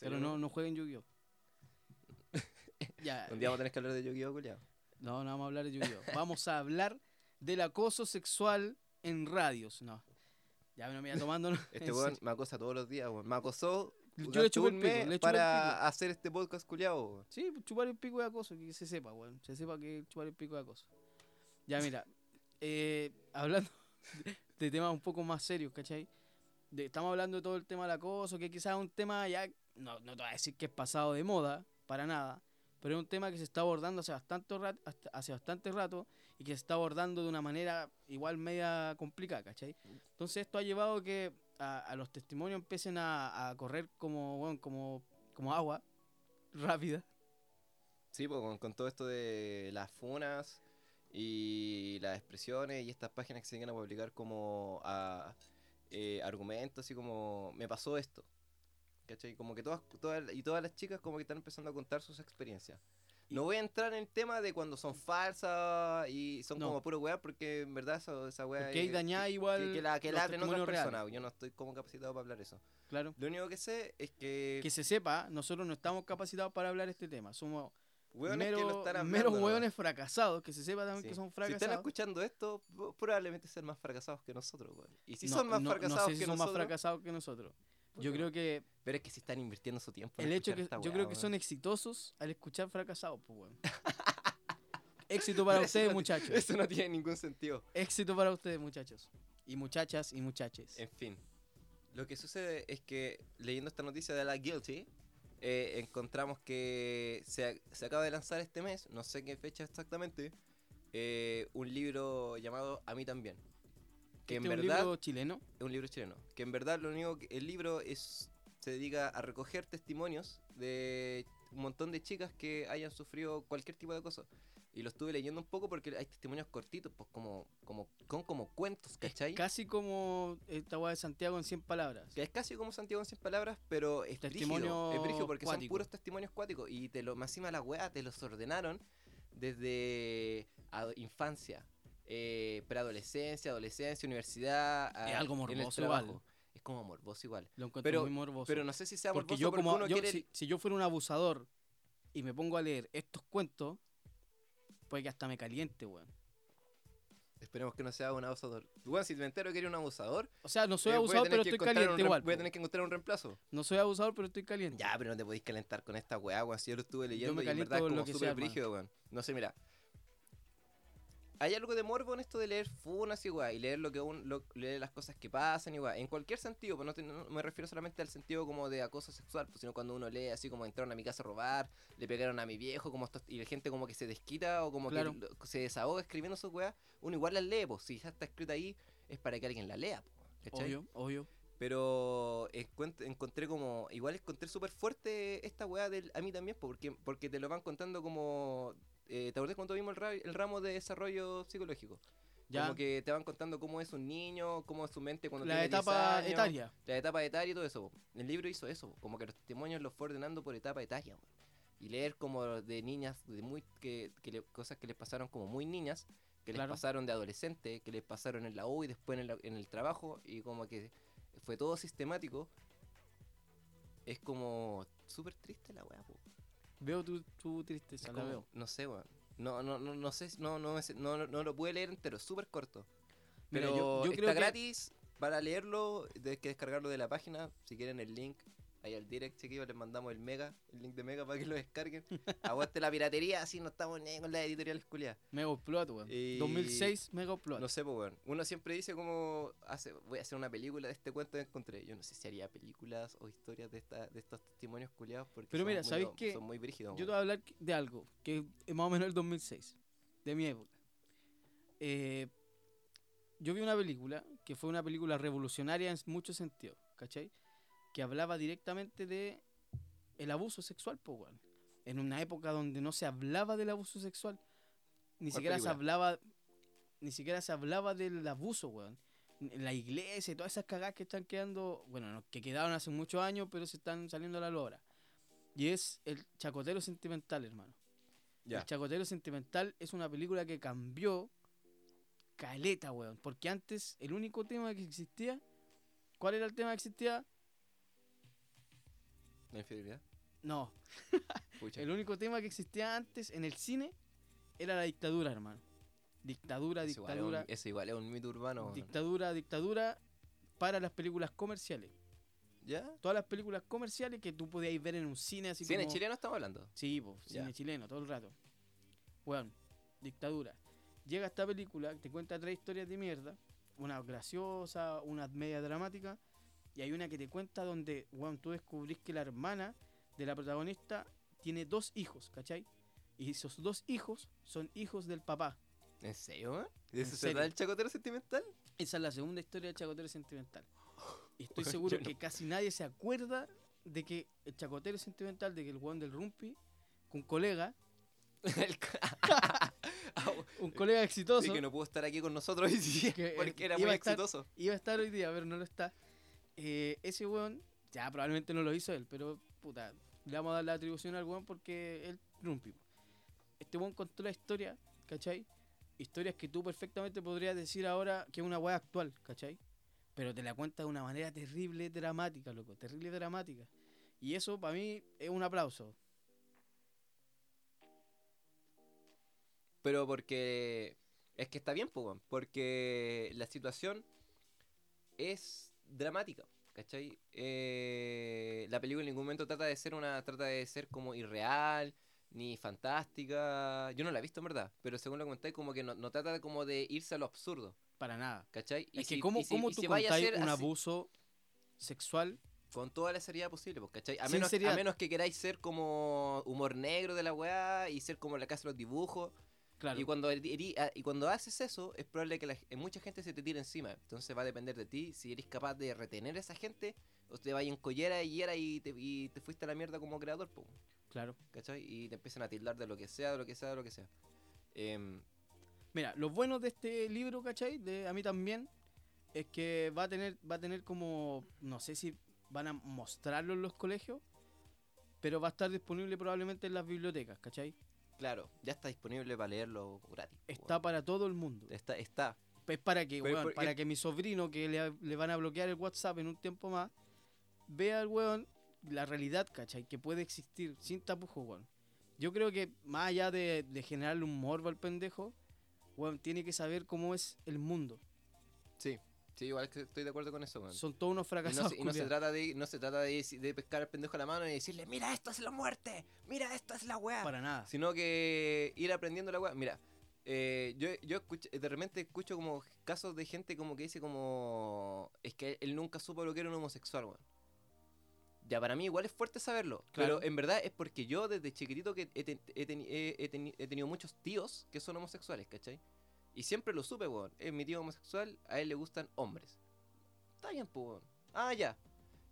Speaker 2: Pero no, no jueguen Yu-Gi-Oh. ya.
Speaker 1: Un día vamos a tener que hablar de Yu-Gi-Oh coleado.
Speaker 2: No, no vamos a hablar de Yu-Gi-Oh. Vamos a hablar del acoso sexual en radios, no. Ya, no, mira, tomándonos.
Speaker 1: Este
Speaker 2: en
Speaker 1: weón
Speaker 2: serio.
Speaker 1: me acosa todos los días, weón. Me acosó
Speaker 2: Yo le
Speaker 1: durante
Speaker 2: chupo el
Speaker 1: un
Speaker 2: pico,
Speaker 1: mes
Speaker 2: le chupo el pico.
Speaker 1: para hacer este podcast culeado, weón.
Speaker 2: Sí, pues, chupar el pico de acoso, que se sepa, weón. Se sepa que chupar el pico de acoso. Ya, mira, eh, hablando de temas un poco más serios, ¿cachai? De- estamos hablando de todo el tema del acoso, que quizás es un tema ya, no, no te voy a decir que es pasado de moda, para nada, pero es un tema que se está abordando hace bastante, rato, hace bastante rato y que se está abordando de una manera igual media complicada, ¿cachai? Entonces esto ha llevado que a, a los testimonios empiecen a, a correr como, weón, como, como agua rápida.
Speaker 1: Sí, pues con, con todo esto de las funas y las expresiones y estas páginas que se llegan a publicar como a, eh, argumentos y como me pasó esto. ¿Cachai? Como que todas, todas y todas las chicas como que están empezando a contar sus experiencias. No voy a entrar en el tema de cuando son falsas y son
Speaker 2: No.
Speaker 1: como puro weá, porque en verdad eso- esa weá.
Speaker 2: Porque ahí
Speaker 1: es-
Speaker 2: dañá igual
Speaker 1: Pues, Que, que la que
Speaker 2: los
Speaker 1: la en otras
Speaker 2: testimonios reales.
Speaker 1: personas. Yo no estoy como capacitado para hablar eso.
Speaker 2: Claro.
Speaker 1: Lo único que sé es que.
Speaker 2: Que se sepa, nosotros no estamos capacitados para hablar este tema. Somos
Speaker 1: hueones que lo
Speaker 2: meros-
Speaker 1: están hablando.
Speaker 2: meros
Speaker 1: nomás.
Speaker 2: hueones fracasados, que se sepa también
Speaker 1: Sí.
Speaker 2: que son
Speaker 1: Si están
Speaker 2: fracasados.
Speaker 1: escuchando esto, po- probablemente sean más fracasados que nosotros, weón. Y si
Speaker 2: No,
Speaker 1: son más
Speaker 2: no- no sé
Speaker 1: fracasados
Speaker 2: si
Speaker 1: que
Speaker 2: son más
Speaker 1: nosotros.
Speaker 2: fracasados que nosotros.
Speaker 1: puta,
Speaker 2: Yo creo
Speaker 1: weón.
Speaker 2: que
Speaker 1: Pero es que si están invirtiendo su tiempo. en
Speaker 2: el hecho
Speaker 1: escuchar
Speaker 2: que
Speaker 1: esta
Speaker 2: yo
Speaker 1: weá,
Speaker 2: creo que
Speaker 1: weón.
Speaker 2: son exitosos al escuchar fracasados, pues weón. Éxito para
Speaker 1: Pero eso no
Speaker 2: ustedes,
Speaker 1: ti-
Speaker 2: muchachos.
Speaker 1: Eso no tiene ningún sentido.
Speaker 2: Éxito para ustedes, muchachos. Y muchachas y muchaches.
Speaker 1: En fin, lo que sucede es que leyendo esta noticia de la Guilty, eh, encontramos que se, ac- se acaba de lanzar este mes, no sé qué fecha exactamente, eh, un libro llamado A mí también. Que en
Speaker 2: Este es un
Speaker 1: verdad
Speaker 2: libro chileno.
Speaker 1: es un libro chileno. Que en verdad lo único que el libro es se dedica a recoger testimonios de un montón de chicas que hayan sufrido cualquier tipo de cosa. Y lo estuve leyendo un poco porque hay testimonios cortitos, pues como, como, con como cuentos, ¿cachai?
Speaker 2: Casi como esta weá de Santiago en 100 palabras.
Speaker 1: Que es casi como Santiago en 100 palabras, pero es testimonio
Speaker 2: Testimonio
Speaker 1: Es brígido porque son
Speaker 2: cuático.
Speaker 1: puros testimonios cuáticos. Y te lo, más encima la weá te los ordenaron desde a- infancia, eh, preadolescencia, adolescencia, universidad. a-
Speaker 2: Es algo
Speaker 1: en el
Speaker 2: morboso
Speaker 1: trabajo.
Speaker 2: igual.
Speaker 1: Es como morboso igual.
Speaker 2: Lo encuentro
Speaker 1: Pero-
Speaker 2: muy morboso.
Speaker 1: Pero no sé si sea
Speaker 2: porque
Speaker 1: morboso
Speaker 2: yo como
Speaker 1: uno
Speaker 2: yo-
Speaker 1: quiere-
Speaker 2: si, si yo fuera un abusador y me pongo a leer estos cuentos, puede que hasta me caliente, weón.
Speaker 1: Esperemos que no sea un abusador. Bueno, si me entero que eres un abusador,
Speaker 2: O sea, no
Speaker 1: eh,
Speaker 2: soy
Speaker 1: voy a
Speaker 2: abusador,
Speaker 1: tener
Speaker 2: pero
Speaker 1: que
Speaker 2: estoy
Speaker 1: encontrar un
Speaker 2: caliente
Speaker 1: rem-
Speaker 2: igual.
Speaker 1: Voy a
Speaker 2: po.
Speaker 1: tener que encontrar un reemplazo.
Speaker 2: No soy abusador, pero estoy caliente.
Speaker 1: Ya, pero no te podéis calentar con esta weá, weón. Si yo lo estuve leyendo
Speaker 2: me
Speaker 1: y en
Speaker 2: caliento
Speaker 1: verdad es
Speaker 2: con lo
Speaker 1: como
Speaker 2: que
Speaker 1: súper
Speaker 2: sea, hermano.
Speaker 1: brígido, weón. No sé, mira. Hay algo de morbo en esto de leer funas y weá, y leer lo que un, lo- leer las cosas que pasan y weá. En cualquier sentido, pues no, te- no me refiero solamente al sentido como de acoso sexual, pues, sino cuando uno lee así como entraron a mi casa a robar, le pegaron a mi viejo, como estos- y la gente como que se desquita o como
Speaker 2: Claro.
Speaker 1: que lo- se desahoga escribiendo sus weá, uno igual las lee, pues si ya está escrita ahí, es para que alguien la lea, po, ¿cachai?
Speaker 2: obvio, obvio.
Speaker 1: Pero encuent- encontré como. Igual encontré súper fuerte esta weá del, a mí también, po, porque, porque te lo van contando como. eh, ¿Te acordás cuando vimos el, ra- el ramo de desarrollo psicológico?
Speaker 2: Ya.
Speaker 1: Como que te van contando cómo es un niño, cómo es su mente cuando
Speaker 2: la
Speaker 1: tiene 10
Speaker 2: etapa
Speaker 1: años,
Speaker 2: etaria.
Speaker 1: La etapa etaria y todo eso. po. El libro hizo eso, po, como que los testimonios los fue ordenando por etapa etaria. weón. Y leer como de niñas, de muy que, que le- cosas que les pasaron como muy niñas, que les
Speaker 2: Claro.
Speaker 1: pasaron de adolescente, que les pasaron en la U y después en, la- en el trabajo, y como que fue todo sistemático. Es como súper triste la weá, po.
Speaker 2: Veo tu, tu tristeza,
Speaker 1: Es
Speaker 2: la
Speaker 1: como-
Speaker 2: veo.
Speaker 1: No sé, weón. No, no, no, no sé, si- no, no, es- no, no, no lo pude leer entero, es súper corto.
Speaker 2: Mira,
Speaker 1: Pero
Speaker 2: yo- yo
Speaker 1: está
Speaker 2: creo que-
Speaker 1: gratis para leerlo, hay que descargarlo de la página. Si quieren el link, ahí al direct, chiquillos, les mandamos el mega, el link de mega para que lo descarguen. Aguante la piratería, así no estamos ni ahí con las editoriales culiadas.
Speaker 2: Mega Upload, weón.
Speaker 1: Y-
Speaker 2: 2006, Mega Upload.
Speaker 1: No sé, pues, weón. Uno siempre dice como, hace, voy a hacer una película de este cuento que encontré. Yo no sé si haría películas o historias de, esta, de estos testimonios culiados porque
Speaker 2: Pero
Speaker 1: son
Speaker 2: mira,
Speaker 1: muy-
Speaker 2: ¿sabéis qué?
Speaker 1: son muy brígidos.
Speaker 2: Yo
Speaker 1: weón.
Speaker 2: te voy a hablar que- de algo, que es más o menos el 2006, de mi época. Eh, yo vi una película, que fue una película revolucionaria en muchos sentidos, ¿cachai? Que hablaba directamente de el abuso sexual, po, weón. En una época donde no se hablaba del abuso sexual, ni
Speaker 1: ¿Cuál
Speaker 2: siquiera
Speaker 1: película?
Speaker 2: se hablaba, ni siquiera se hablaba del abuso, weón. La iglesia y todas esas cagadas que están quedando, bueno, no, que quedaron hace muchos años, pero se están saliendo a la lora. Y es el Chacotero Sentimental, hermano. El Chacotero Sentimental es una película que cambió caleta, weón. Porque antes el único tema que existía, ¿cuál era el tema que existía?
Speaker 1: La infidelidad.
Speaker 2: No,
Speaker 1: Pucha.
Speaker 2: el único tema que existía antes en el cine era la dictadura, hermano. Dictadura,
Speaker 1: Eso igual es un-
Speaker 2: dictadura,
Speaker 1: Eso igual es un mito urbano. weón.
Speaker 2: dictadura, dictadura para las películas comerciales.
Speaker 1: ¿Ya?
Speaker 2: Todas las películas comerciales que tú podías ver en un cine así
Speaker 1: ¿Cine
Speaker 2: como...
Speaker 1: chileno estamos hablando?
Speaker 2: Sí, po, cine
Speaker 1: Ya.
Speaker 2: chileno, todo el rato. Weón, dictadura. Llega esta película, te cuenta tres historias de mierda. Una graciosa, una media dramática. Y hay una que te cuenta donde, weón, tú descubrís que la hermana de la protagonista tiene dos hijos, ¿cachai? Y esos dos hijos son hijos del papá.
Speaker 1: ¿En serio, weón? ¿De eso se
Speaker 2: serio.
Speaker 1: trata el chacotero sentimental?
Speaker 2: Esa es la segunda historia del Chacotero Sentimental. Y estoy
Speaker 1: Weón,
Speaker 2: seguro
Speaker 1: yo no.
Speaker 2: que casi nadie se acuerda de que el Chacotero Sentimental, de que el weón del Rumpi, un colega,
Speaker 1: El ca- Ah, weón.
Speaker 2: un colega exitoso.
Speaker 1: Sí, que no pudo estar aquí con nosotros hoy día
Speaker 2: Que,
Speaker 1: porque
Speaker 2: eh,
Speaker 1: era
Speaker 2: iba
Speaker 1: muy
Speaker 2: a estar-
Speaker 1: exitoso.
Speaker 2: iba a estar hoy día, pero no lo está. Eh, ese weón, ya probablemente no lo hizo él, pero puta, le vamos a dar la atribución al weón porque él rumpi. po. este buen controla historia, ¿cachai? Historias que tú perfectamente podrías decir ahora que es una weá actual, ¿cachai? Pero te la cuenta de una manera terrible, dramática, loco, terrible, dramática. Y eso para mí es un aplauso.
Speaker 1: Pero porque es que está bien, pues, weón, porque la situación es dramática, ¿cachai? Eh, la película en ningún momento trata de ser una, trata de ser como irreal, ni fantástica. Yo no la he visto, en verdad, pero según lo comentáis, como que no, no trata de como de irse a lo absurdo,
Speaker 2: Para nada.
Speaker 1: ¿cachai?
Speaker 2: es que cómo,
Speaker 1: y si-
Speaker 2: cómo
Speaker 1: y
Speaker 2: tú
Speaker 1: si vaya a
Speaker 2: contáis
Speaker 1: ser
Speaker 2: un
Speaker 1: así,
Speaker 2: abuso sexual.
Speaker 1: con toda la seriedad posible, pues, ¿cachai? A
Speaker 2: Sin
Speaker 1: menos, a
Speaker 2: seriedad.
Speaker 1: menos que queráis ser como humor negro de la weá y ser como la casa de los dibujos.
Speaker 2: Claro.
Speaker 1: Y cuando, eri- eri- a- y cuando haces eso, es probable que la g- mucha gente se te tire encima. Entonces va a depender de ti si eres capaz de retener a esa gente o te vayas en collera y hiera y te, y te fuiste a la mierda como creador, po,
Speaker 2: Claro.
Speaker 1: ¿cachai? Y te empiezan a tildar de lo que sea, de lo que sea, de lo que sea. Em,
Speaker 2: Mira, los buenos de este libro, ¿cachai? De, a mí también, es que va a tener, va a tener como, no sé si van a mostrarlo en los colegios, pero va a estar disponible probablemente en las bibliotecas, ¿cachai?
Speaker 1: claro, ya está disponible para leerlo gratis. po,
Speaker 2: Está
Speaker 1: weón.
Speaker 2: para todo el mundo.
Speaker 1: está, está.
Speaker 2: Es para que,
Speaker 1: Pero
Speaker 2: weón,
Speaker 1: por-
Speaker 2: para que mi sobrino, que le, le van a bloquear el WhatsApp en un tiempo más, vea al weón la realidad, ¿cachai? Que puede existir sin tapujos, weón. Yo creo que más allá de, de generarle un morbo al pendejo, weón, tiene que saber cómo es el mundo.
Speaker 1: Sí, sí, igual que estoy de acuerdo con eso, weón.
Speaker 2: Son todos
Speaker 1: Y
Speaker 2: unos
Speaker 1: no,
Speaker 2: fracasados.
Speaker 1: se, y no se
Speaker 2: culiados.
Speaker 1: trata, de, no se trata de, de pescar al pendejo a la mano y decirle, mira, esto es la muerte, mira, esto es la weá.
Speaker 2: Para nada.
Speaker 1: sino que ir aprendiendo la weá. Mira, eh, yo, yo escuch- de repente escucho como casos de gente como que dice como, es que él nunca supo lo que era un homosexual, weón. Ya, para mí igual es fuerte saberlo,
Speaker 2: Claro.
Speaker 1: pero en verdad es porque yo desde chiquitito que he, ten- he teni- he- he teni- he tenido muchos tíos que son homosexuales, ¿cachai? Y siempre lo supe, weón. Es mi tío homosexual, a él le gustan hombres. Está bien, pues, weón. Ah, ya.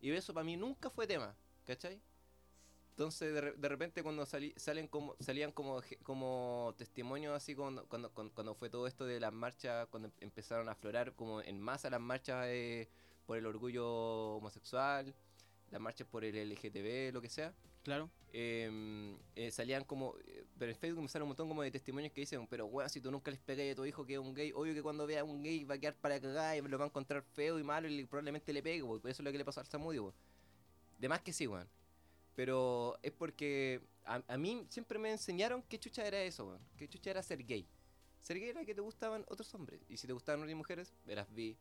Speaker 1: Y eso para mí nunca fue tema, ¿cachai? Entonces, de, re- de repente, cuando salí- salen como, salían como, je- como testimonios, así cuando, cuando, cuando, cuando fue todo esto de las marchas, cuando em- empezaron a aflorar como en masa las marchas eh, por el orgullo homosexual, las marchas por el LGTB, lo que sea,
Speaker 2: Claro.
Speaker 1: em, eh, salían como. eh, Pero en Facebook me salen un montón como de testimonios que dicen: Pero weón, si tú nunca les pegáis a tu hijo que es un gay, obvio que cuando vea a un gay va a quedar para cagar y lo va a encontrar feo y malo y le- probablemente le pegue, weón. Por eso es lo que le pasó al Samudio, weón. De más que sí, weón. Pero es porque a, a mí siempre me enseñaron que chucha era eso, weón. Que chucha era ser gay. Ser gay era que te gustaban otros hombres. Y si te gustaban otras mujeres, eras bi.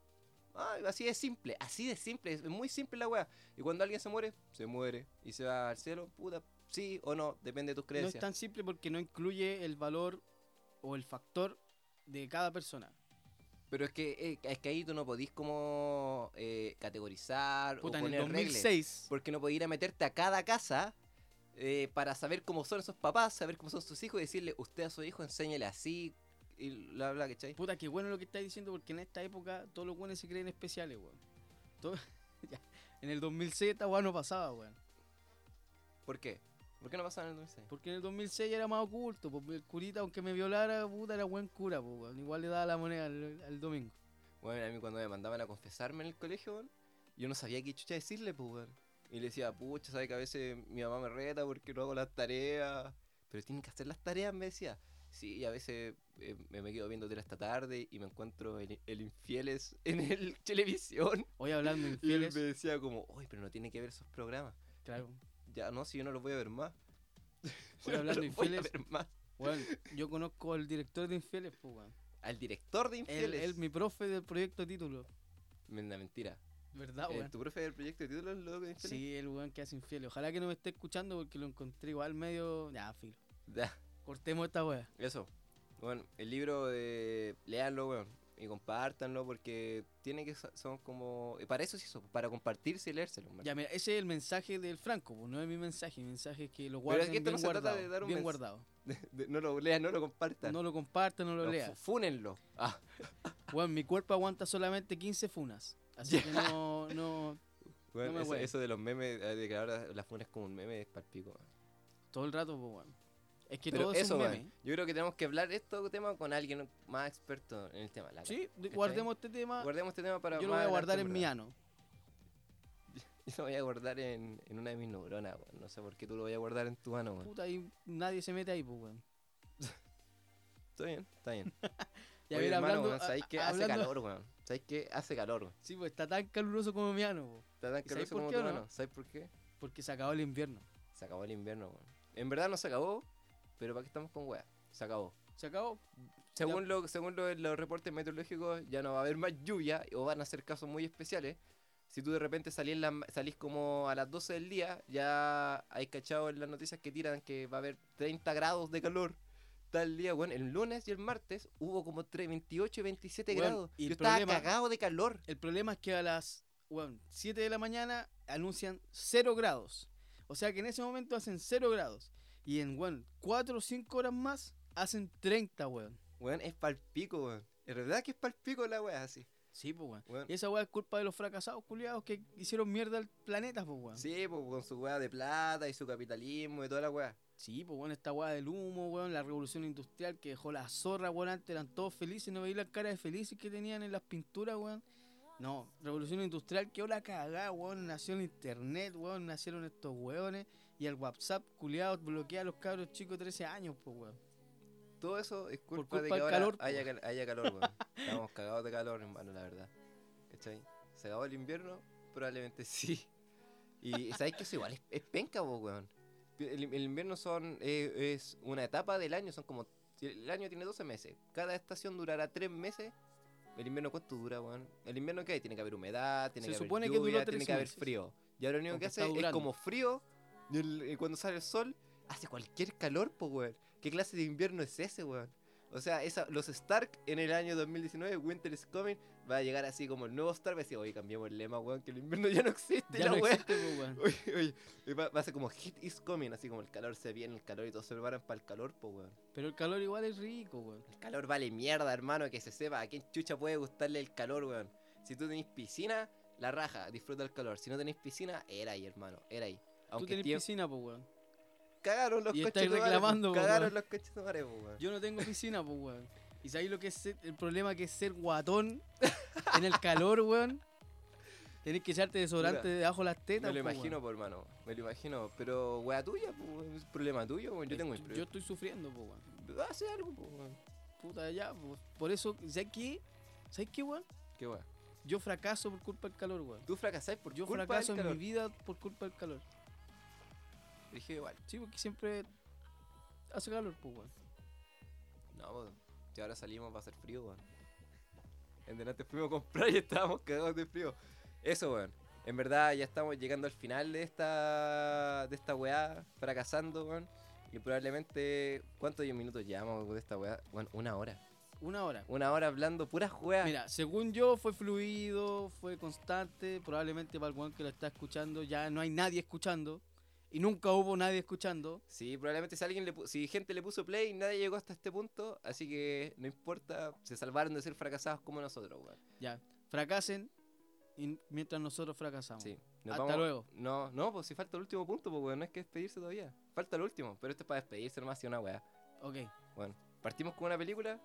Speaker 1: Ah, así de simple, así de simple. Es muy simple la weá. Y cuando alguien se muere, se muere. Y se va al cielo, puta, sí o no, depende de tus
Speaker 2: No es
Speaker 1: creencias.
Speaker 2: tan simple porque no incluye el valor o el factor de cada persona.
Speaker 1: Pero es que, eh, es que ahí tú no podís como eh, categorizar
Speaker 2: Puta,
Speaker 1: o
Speaker 2: en el
Speaker 1: poner reglas.
Speaker 2: 2006.
Speaker 1: Porque no podís ir a meterte a cada casa eh, para saber cómo son esos papás, saber cómo son sus hijos y decirle, usted a su hijo enséñale así y bla, bla, ¿cachai?
Speaker 2: Puta, qué bueno lo que estáis diciendo porque en esta época todos los buenos se creen especiales, weón. Todo- ya. En el 2006 esta weá no pasaba, weón.
Speaker 1: ¿Por qué? ¿Por qué no pasaban en el 2006?
Speaker 2: Porque en el 2006 era más oculto. Pues el curita, aunque me violara, puta, era buen cura, pues, weón. Igual le daba la moneda al, al domingo.
Speaker 1: Bueno, a mí cuando me mandaban a confesarme en el colegio, weón, yo no sabía qué chucha decirle, pues, weón. Y le decía, pucha, sabe que a veces mi mamá me reta porque no hago las tareas. Pero tienen que hacer las tareas, me decía. Sí, a veces eh, me, me quedo viendo tele hasta tarde y me encuentro el, el infieles en el televisión.
Speaker 2: Hoy hablando de
Speaker 1: Y él
Speaker 2: infieles.
Speaker 1: me decía como, uy, pero no tiene que ver esos programas.
Speaker 2: Claro.
Speaker 1: Ya, no, si yo no los voy a ver más.
Speaker 2: Hoy hablando
Speaker 1: no
Speaker 2: de
Speaker 1: los voy a
Speaker 2: infieles.
Speaker 1: ver más.
Speaker 2: Weón, yo conozco al director de infieles, pues, weón.
Speaker 1: Al director de
Speaker 2: Él,
Speaker 1: infieles.
Speaker 2: él, mi profe del proyecto título.
Speaker 1: Menda, mentira.
Speaker 2: ¿Verdad,
Speaker 1: Eh,
Speaker 2: weón?
Speaker 1: ¿Tu profe del proyecto de títulos loco de infieles?
Speaker 2: Ah, Sí, el weón que hace infiel. Ojalá que no me esté escuchando porque lo encontré igual medio. Ya, filo.
Speaker 1: Ya.
Speaker 2: Cortemos esta weá.
Speaker 1: Eso. Bueno, el libro, eh, léanlo, weón. Y compártanlo porque tiene que sa- son como. eh, Para eso se hizo, para compartirse y leérselo. man.
Speaker 2: Ya, mira, ese es el mensaje del Franco, pues, no es mi mensaje. Mi mensaje es que
Speaker 1: Pero
Speaker 2: lo
Speaker 1: es
Speaker 2: guarden
Speaker 1: que esto
Speaker 2: bien
Speaker 1: no se trata
Speaker 2: guardado.
Speaker 1: de dar un
Speaker 2: bien
Speaker 1: mens-
Speaker 2: guardado.
Speaker 1: De- no lo lean, no lo compartan.
Speaker 2: No lo compartan, no lo
Speaker 1: No,
Speaker 2: lean.
Speaker 1: fu- Fúnenlo. Ah,
Speaker 2: Weón, mi cuerpo aguanta solamente 15 funas. Así
Speaker 1: Ya.
Speaker 2: que no, no.
Speaker 1: weón,
Speaker 2: No me
Speaker 1: eso,
Speaker 2: hueven.
Speaker 1: eso de los memes, eh, de que ahora la funa es como un meme, es palpico. man.
Speaker 2: Todo el rato, pues, weón. Es que
Speaker 1: Pero
Speaker 2: todo es
Speaker 1: eso,
Speaker 2: un
Speaker 1: weón,
Speaker 2: meme.
Speaker 1: yo creo que tenemos que hablar de este tema con alguien más experto en el tema. la
Speaker 2: Sí, de-
Speaker 1: ¿Cachai?
Speaker 2: guardemos este tema.
Speaker 1: cara. Guardemos este tema para.
Speaker 2: Yo lo voy
Speaker 1: más
Speaker 2: a guardar
Speaker 1: adelante,
Speaker 2: en mi
Speaker 1: verdad.
Speaker 2: ano.
Speaker 1: Yo lo voy a guardar en, en una de mis neuronas, weón. No sé por qué tú lo voy a guardar en tu ano, weón.
Speaker 2: Puta, ahí nadie se mete ahí, pues, weón.
Speaker 1: Está bien, está bien.
Speaker 2: Ya,
Speaker 1: Oye,
Speaker 2: mira,
Speaker 1: hermano,
Speaker 2: hablando-
Speaker 1: weón, ¿sabéis
Speaker 2: a-
Speaker 1: que
Speaker 2: a-
Speaker 1: hace
Speaker 2: hablando-
Speaker 1: calor, weón? ¿Sabéis que hace calor, weón?
Speaker 2: Sí, pues está tan caluroso como mi ano, po,
Speaker 1: Está tan
Speaker 2: ¿Y sabéis
Speaker 1: caluroso
Speaker 2: por
Speaker 1: como
Speaker 2: qué
Speaker 1: tu
Speaker 2: o no?
Speaker 1: mano. ¿Sabéis por qué?
Speaker 2: porque se acabó el invierno.
Speaker 1: Se acabó el invierno, weón. En verdad no se acabó, pero ¿para qué estamos con weá? Se acabó.
Speaker 2: Se acabó.
Speaker 1: Según, lo, según lo- los reportes meteorológicos, ya no va a haber más lluvia o van a ser casos muy especiales. Si tú de repente salís, en la ma- salís como a las 12 del día, ya hay cachado en las noticias que tiran que va a haber 30 grados de calor tal día. Bueno, el lunes y el martes hubo como tre- 28 y 27
Speaker 2: Weón,
Speaker 1: grados.
Speaker 2: y el
Speaker 1: Yo estaba
Speaker 2: problema-
Speaker 1: cagado de calor.
Speaker 2: El problema es que a las weón, 7 de la mañana anuncian 0 grados. O sea que en ese momento hacen 0 grados. Y en weón, 4 o 5 horas más hacen 30, weón.
Speaker 1: Weón, es pal pico, weón. Es verdad que es pal pico la weá así.
Speaker 2: Sí, pues, weón.
Speaker 1: Weón.
Speaker 2: Y esa weá es culpa de los fracasados culiados que hicieron mierda al planeta, pues, weón.
Speaker 1: Sí, pues con su weá de plata y su capitalismo y toda la weá.
Speaker 2: Sí, pues, weón, esta weá del humo, weón, la revolución industrial que dejó la zorra, weón, antes eran todos felices, no veía las caras de felices que tenían en las pinturas, weón. No, revolución industrial que la cagada, weón, nació el internet, weón, nacieron estos weones y el WhatsApp culiado bloquea a los cabros chicos de 13 años, pues, weón.
Speaker 1: Todo eso es culpa,
Speaker 2: culpa
Speaker 1: de que
Speaker 2: del
Speaker 1: ahora
Speaker 2: calor, po,
Speaker 1: haya,
Speaker 2: weón.
Speaker 1: cal- haya calor, weón. Estamos cagados de calor, hermano, la verdad. ¿Cachai? ¿Se acabó el invierno? Probablemente sí. Y sabes que eso igual es, es penca, po, weón. El, el invierno son, eh, es una etapa del año, son como. El año tiene 12 meses. Cada estación durará 3 meses. ¿El invierno cuánto dura, weón? ¿El invierno qué hay? Tiene que haber humedad, tiene
Speaker 2: Se
Speaker 1: que haber
Speaker 2: supone que duró
Speaker 1: lluvia, tiene
Speaker 2: tres
Speaker 1: que haber
Speaker 2: meses.
Speaker 1: frío. Y ahora lo único
Speaker 2: Porque
Speaker 1: que hace
Speaker 2: está
Speaker 1: es
Speaker 2: durando.
Speaker 1: como frío. Y, el- y cuando sale el sol, hace cualquier calor, po, weón. ¿Qué clase de invierno es ese, weón? O sea, esa, los Stark en el año 2019, Winter is Coming, va a llegar así como el nuevo Stark. Va a decir, oye, cambiamos el lema, weón, que el invierno ya no existe,
Speaker 2: Ya
Speaker 1: la
Speaker 2: no
Speaker 1: weá".
Speaker 2: existe, pues, weón.
Speaker 1: Oye, oye, y va, va a ser como Hit is Coming, así como el calor se viene, el calor y todos se preparan para el calor, po, weón.
Speaker 2: Pero el calor igual es rico, weón.
Speaker 1: El calor vale mierda, hermano, que se sepa. ¿A quién chucha puede gustarle el calor, weón? Si tú tenés piscina, la raja, disfruta el calor. Si no tenés piscina, era ahí, hermano, era ahí.
Speaker 2: Tú
Speaker 1: Aunque
Speaker 2: tenés
Speaker 1: tío-
Speaker 2: piscina, pues, weón.
Speaker 1: cagaron los
Speaker 2: Y
Speaker 1: coches
Speaker 2: estáis reclamando, po,
Speaker 1: Cagaron
Speaker 2: weón.
Speaker 1: los coches de weón.
Speaker 2: Yo no tengo piscina, pues, weón. ¿Y sabéis lo que es ser- el problema que es ser guatón en el calor, weón? Tenés que echarte desodorante
Speaker 1: Mira,
Speaker 2: debajo de las tetas.
Speaker 1: Me lo
Speaker 2: po, weón.
Speaker 1: imagino, por hermano. Me lo imagino. Pero, wea tuya, po, es problema tuyo, weón. Yo
Speaker 2: Eh,
Speaker 1: tengo mis
Speaker 2: yo, yo estoy sufriendo, pues, weón.
Speaker 1: problemas. Hace algo, po, weón.
Speaker 2: Puta, ya, po. Por eso, ¿sabes qué? ¿Sabes qué, weón?
Speaker 1: Qué wea.
Speaker 2: Yo fracaso por culpa del calor, weón.
Speaker 1: Tú fracasás por
Speaker 2: Yo
Speaker 1: culpa
Speaker 2: fracaso
Speaker 1: del
Speaker 2: en mi
Speaker 1: calor.
Speaker 2: vida por culpa del calor.
Speaker 1: Dije igual.
Speaker 2: Sí, porque siempre hace calor, pues, weón.
Speaker 1: No, po, si ahora salimos va a ser frío, weón. En delante fuimos a comprar y estábamos cagados de frío. Eso, weón. En verdad ya estamos llegando al final de esta de esta weá, fracasando, weón. Y probablemente, ¿cuántos minutos llevamos de esta weá? Weón, una hora.
Speaker 2: Una hora.
Speaker 1: Una hora hablando puras weas.
Speaker 2: Mira, según yo fue fluido, fue constante, probablemente para el weón que lo está escuchando ya no hay nadie escuchando y nunca hubo nadie escuchando.
Speaker 1: Sí, probablemente si alguien le pu- si gente le puso play, nadie llegó hasta este punto, así que no importa, se salvaron de ser fracasados como nosotros, weón.
Speaker 2: Ya, fracasen y mientras nosotros fracasamos.
Speaker 1: Sí.
Speaker 2: Hasta luego.
Speaker 1: No, no, pues si falta el último punto, pues weón, no es que despedirse todavía. Falta el último, pero esto es para despedirse nomás y una weá.
Speaker 2: Ok.
Speaker 1: Bueno, partimos con una película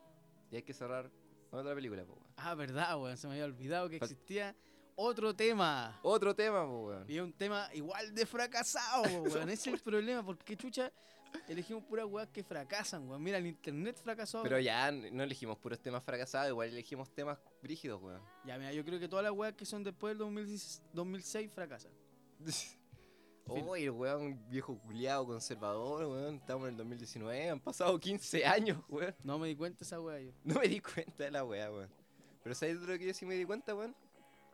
Speaker 1: y hay que cerrar con otra película, pues weón.
Speaker 2: Ah, verdad, weón, se me había olvidado que
Speaker 1: Fal-
Speaker 2: existía otro tema.
Speaker 1: Otro tema, pues weón.
Speaker 2: Y es un tema igual de fracasado, po, weón. Ese es el problema, porque chucha, elegimos puras weas que fracasan, weón. Mira, el internet fracasó.
Speaker 1: Pero ya n- no elegimos puros temas fracasados, igual elegimos temas brígidos, weón.
Speaker 2: Ya, mira, yo creo que todas las weas que son después del 2016 2006 fracasan.
Speaker 1: Oye, weón, viejo culiado conservador, weón. Estamos en el 2019, han pasado 15 años, weón.
Speaker 2: No me di cuenta esa wea yo.
Speaker 1: No me di cuenta de la weá, weón. Pero ¿sabes de lo que yo sí me di cuenta, weón?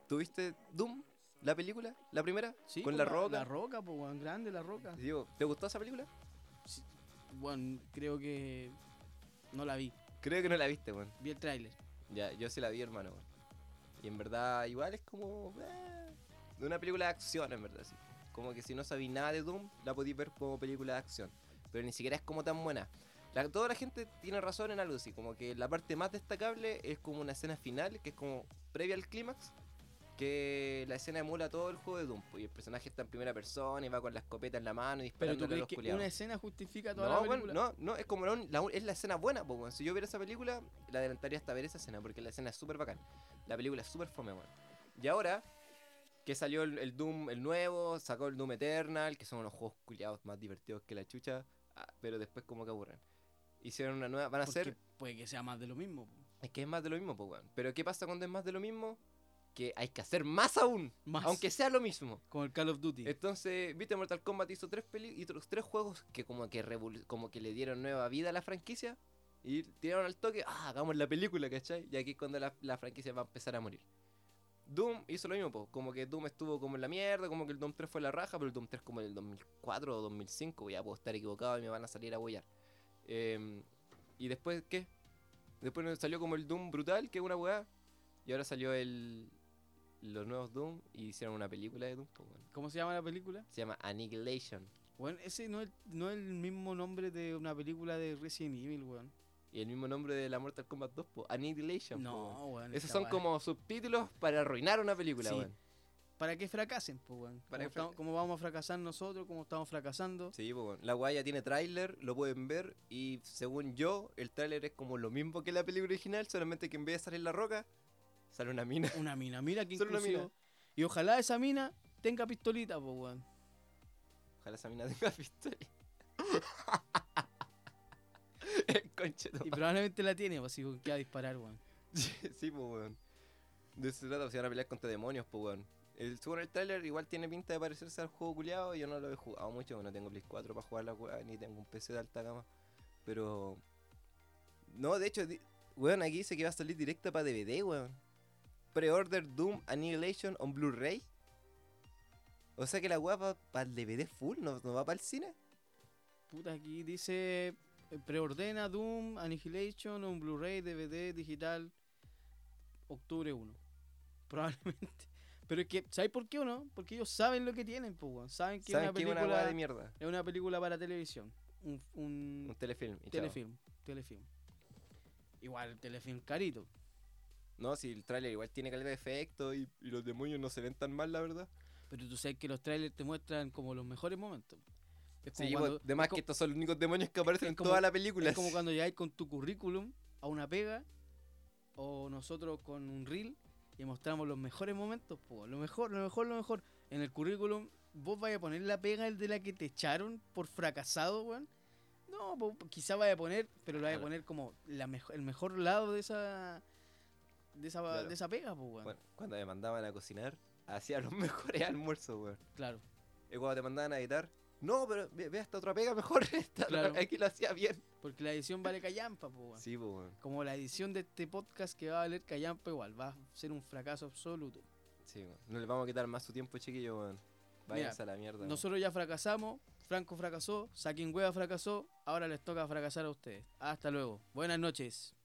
Speaker 1: ¿Tuviste Doom? ¿La película? ¿La primera?
Speaker 2: Sí,
Speaker 1: ¿Con
Speaker 2: po,
Speaker 1: la, roca?
Speaker 2: La roca, pues, weón, grande la roca.
Speaker 1: Digo, ¿te gustó esa película?
Speaker 2: Sí, Weón, creo que no la vi.
Speaker 1: Creo que no la viste, weón.
Speaker 2: Vi el tráiler.
Speaker 1: Ya, yo sí la vi, hermano, weón. Y en verdad, igual es como. eh, una película de acción, en verdad, sí. Como que si no sabí nada de Doom, la podí ver como película de acción. Pero ni siquiera es como tan buena. La- toda la gente tiene razón en algo así. Como que la parte más destacable es como una escena final, que es como previa al clímax. Que la escena emula todo el juego de Doom. pues, Y el personaje está en primera persona y va con la escopeta en la mano y
Speaker 2: Pero
Speaker 1: disparando
Speaker 2: tú
Speaker 1: a
Speaker 2: crees
Speaker 1: los
Speaker 2: que
Speaker 1: culiados.
Speaker 2: una escena justifica toda
Speaker 1: No,
Speaker 2: la
Speaker 1: weón,
Speaker 2: película.
Speaker 1: no, no, es como la, un- la un- es la escena buena, po, weón. Si yo viera esa película, la adelantaría hasta ver esa escena, porque la escena es súper bacán. La película es súper fome, weón. Y ahora, que salió el, el Doom, el nuevo, sacó el Doom Eternal, que son unos juegos culiados más divertidos que la chucha, ah, pero después como que aburren. Hicieron una nueva. Van a
Speaker 2: Porque
Speaker 1: hacer.
Speaker 2: puede que sea más de lo mismo. po.
Speaker 1: Es que es más de lo mismo, po, weón. Pero ¿qué pasa cuando es más de lo mismo? Que hay que hacer más aún.
Speaker 2: Más.
Speaker 1: Aunque sea lo mismo.
Speaker 2: Con el Call of Duty.
Speaker 1: Entonces, viste, Mortal Kombat hizo tres peli y otros tres juegos que como que revol- como que le dieron nueva vida a la franquicia y tiraron al toque, ah, hagamos la película, ¿cachai? Y aquí es cuando la, la franquicia va a empezar a morir. Doom hizo lo mismo, po, como que Doom estuvo como en la mierda, como que el Doom 3 fue la raja, pero el Doom 3 como en el 2004 o 2005, ya puedo estar equivocado y me van a salir a huellar. Em, y después, ¿qué? Después nos salió como el Doom brutal, que es una weá, y ahora salió el... Los nuevos Doom y hicieron una película de Doom, po, weón.
Speaker 2: ¿Cómo se llama la película?
Speaker 1: Se llama Annihilation.
Speaker 2: Bueno, ese no es, no es el mismo nombre de una película de Resident Evil, weón.
Speaker 1: Y el mismo nombre de la Mortal Kombat 2, po. Annihilation. po, weón.
Speaker 2: No, weón.
Speaker 1: Esos
Speaker 2: esa
Speaker 1: son
Speaker 2: weá.
Speaker 1: como subtítulos para arruinar una película,
Speaker 2: Sí.
Speaker 1: weón.
Speaker 2: Para que fracasen, pues, weón.
Speaker 1: Para que fraca-
Speaker 2: Como, estamos- como vamos a fracasar nosotros, como estamos fracasando.
Speaker 1: Sí, po, weón. La guaya tiene tráiler, lo pueden ver. Y según yo, el tráiler es como lo mismo que la película original, solamente que en vez de salir la roca, sale una mina.
Speaker 2: Una mina, mira que
Speaker 1: Solo una
Speaker 2: inclusivo.
Speaker 1: mina.
Speaker 2: Y ojalá esa mina tenga pistolita, pues, weón.
Speaker 1: Ojalá esa mina tenga pistola. El concheto.
Speaker 2: Y probablemente la tiene, pues, si que a disparar, weón.
Speaker 1: sí, po, weón. De eso se trata, se van a pelear contra demonios, po, weón. El, según el trailer, igual tiene pinta de parecerse al juego culiado. Yo no lo he jugado mucho, no tengo Play 4 para jugar la weá, ni tengo un PC de alta gama. Pero. No, de hecho, di- weón, aquí dice que va a salir directa para DVD, weón. Pre-order Doom Annihilation on Blu-ray. O sea que la weá va para el DVD full, no, no va para el cine.
Speaker 2: Puta, aquí dice eh, preordena Doom Annihilation un Blu-ray, DVD digital octubre 1. Probablemente. Pero es que, ¿sabes por qué o no? Porque ellos saben lo que tienen, pues, weón. Saben que es
Speaker 1: ¿Saben
Speaker 2: una
Speaker 1: que es
Speaker 2: película
Speaker 1: una weá de mierda?
Speaker 2: es una película para televisión, un, un
Speaker 1: Un telefilm. y chao.
Speaker 2: telefilm, telefilm. Igual telefilm carito.
Speaker 1: No, si el tráiler igual tiene calidad de efecto y, y los demonios no se ven tan mal, la verdad.
Speaker 2: Pero tú sabes que los trailers te muestran como los mejores momentos. Es como
Speaker 1: Sí,
Speaker 2: cuando-
Speaker 1: pues, de más
Speaker 2: es co-
Speaker 1: que estos son los únicos demonios que aparecen en
Speaker 2: como-
Speaker 1: toda la película.
Speaker 2: Es como cuando llegáis con tu currículum a una pega o nosotros con un reel y mostramos los mejores momentos, po, lo mejor, lo mejor, lo mejor. En el currículum vos vaya a poner la pega de la que te echaron por fracasado, weón. No, po, quizá vaya a poner, pero lo vaya a
Speaker 1: Claro.
Speaker 2: poner como la mejo- el mejor lado de esa de esa,
Speaker 1: Claro.
Speaker 2: de esa pega, po, weón.
Speaker 1: Bueno, cuando me mandaban a cocinar, hacía los mejores almuerzos, weón.
Speaker 2: Claro.
Speaker 1: Y cuando te mandaban a editar, no, pero ve, ve esta otra pega mejor. Esta otra-
Speaker 2: Claro.
Speaker 1: aquí lo hacía bien.
Speaker 2: Porque la edición vale callampa, po, weón.
Speaker 1: Sí, pues, weón.
Speaker 2: Como la edición de este podcast que va a valer callampa igual, va a ser un fracaso absoluto.
Speaker 1: Sí, weón. No les vamos a quitar más su tiempo, chiquillo, weón. Váyanse a la mierda. weón.
Speaker 2: Nosotros ya fracasamos, Franco fracasó, Saquin Hueva fracasó, ahora les toca fracasar a ustedes. Hasta luego. Buenas noches.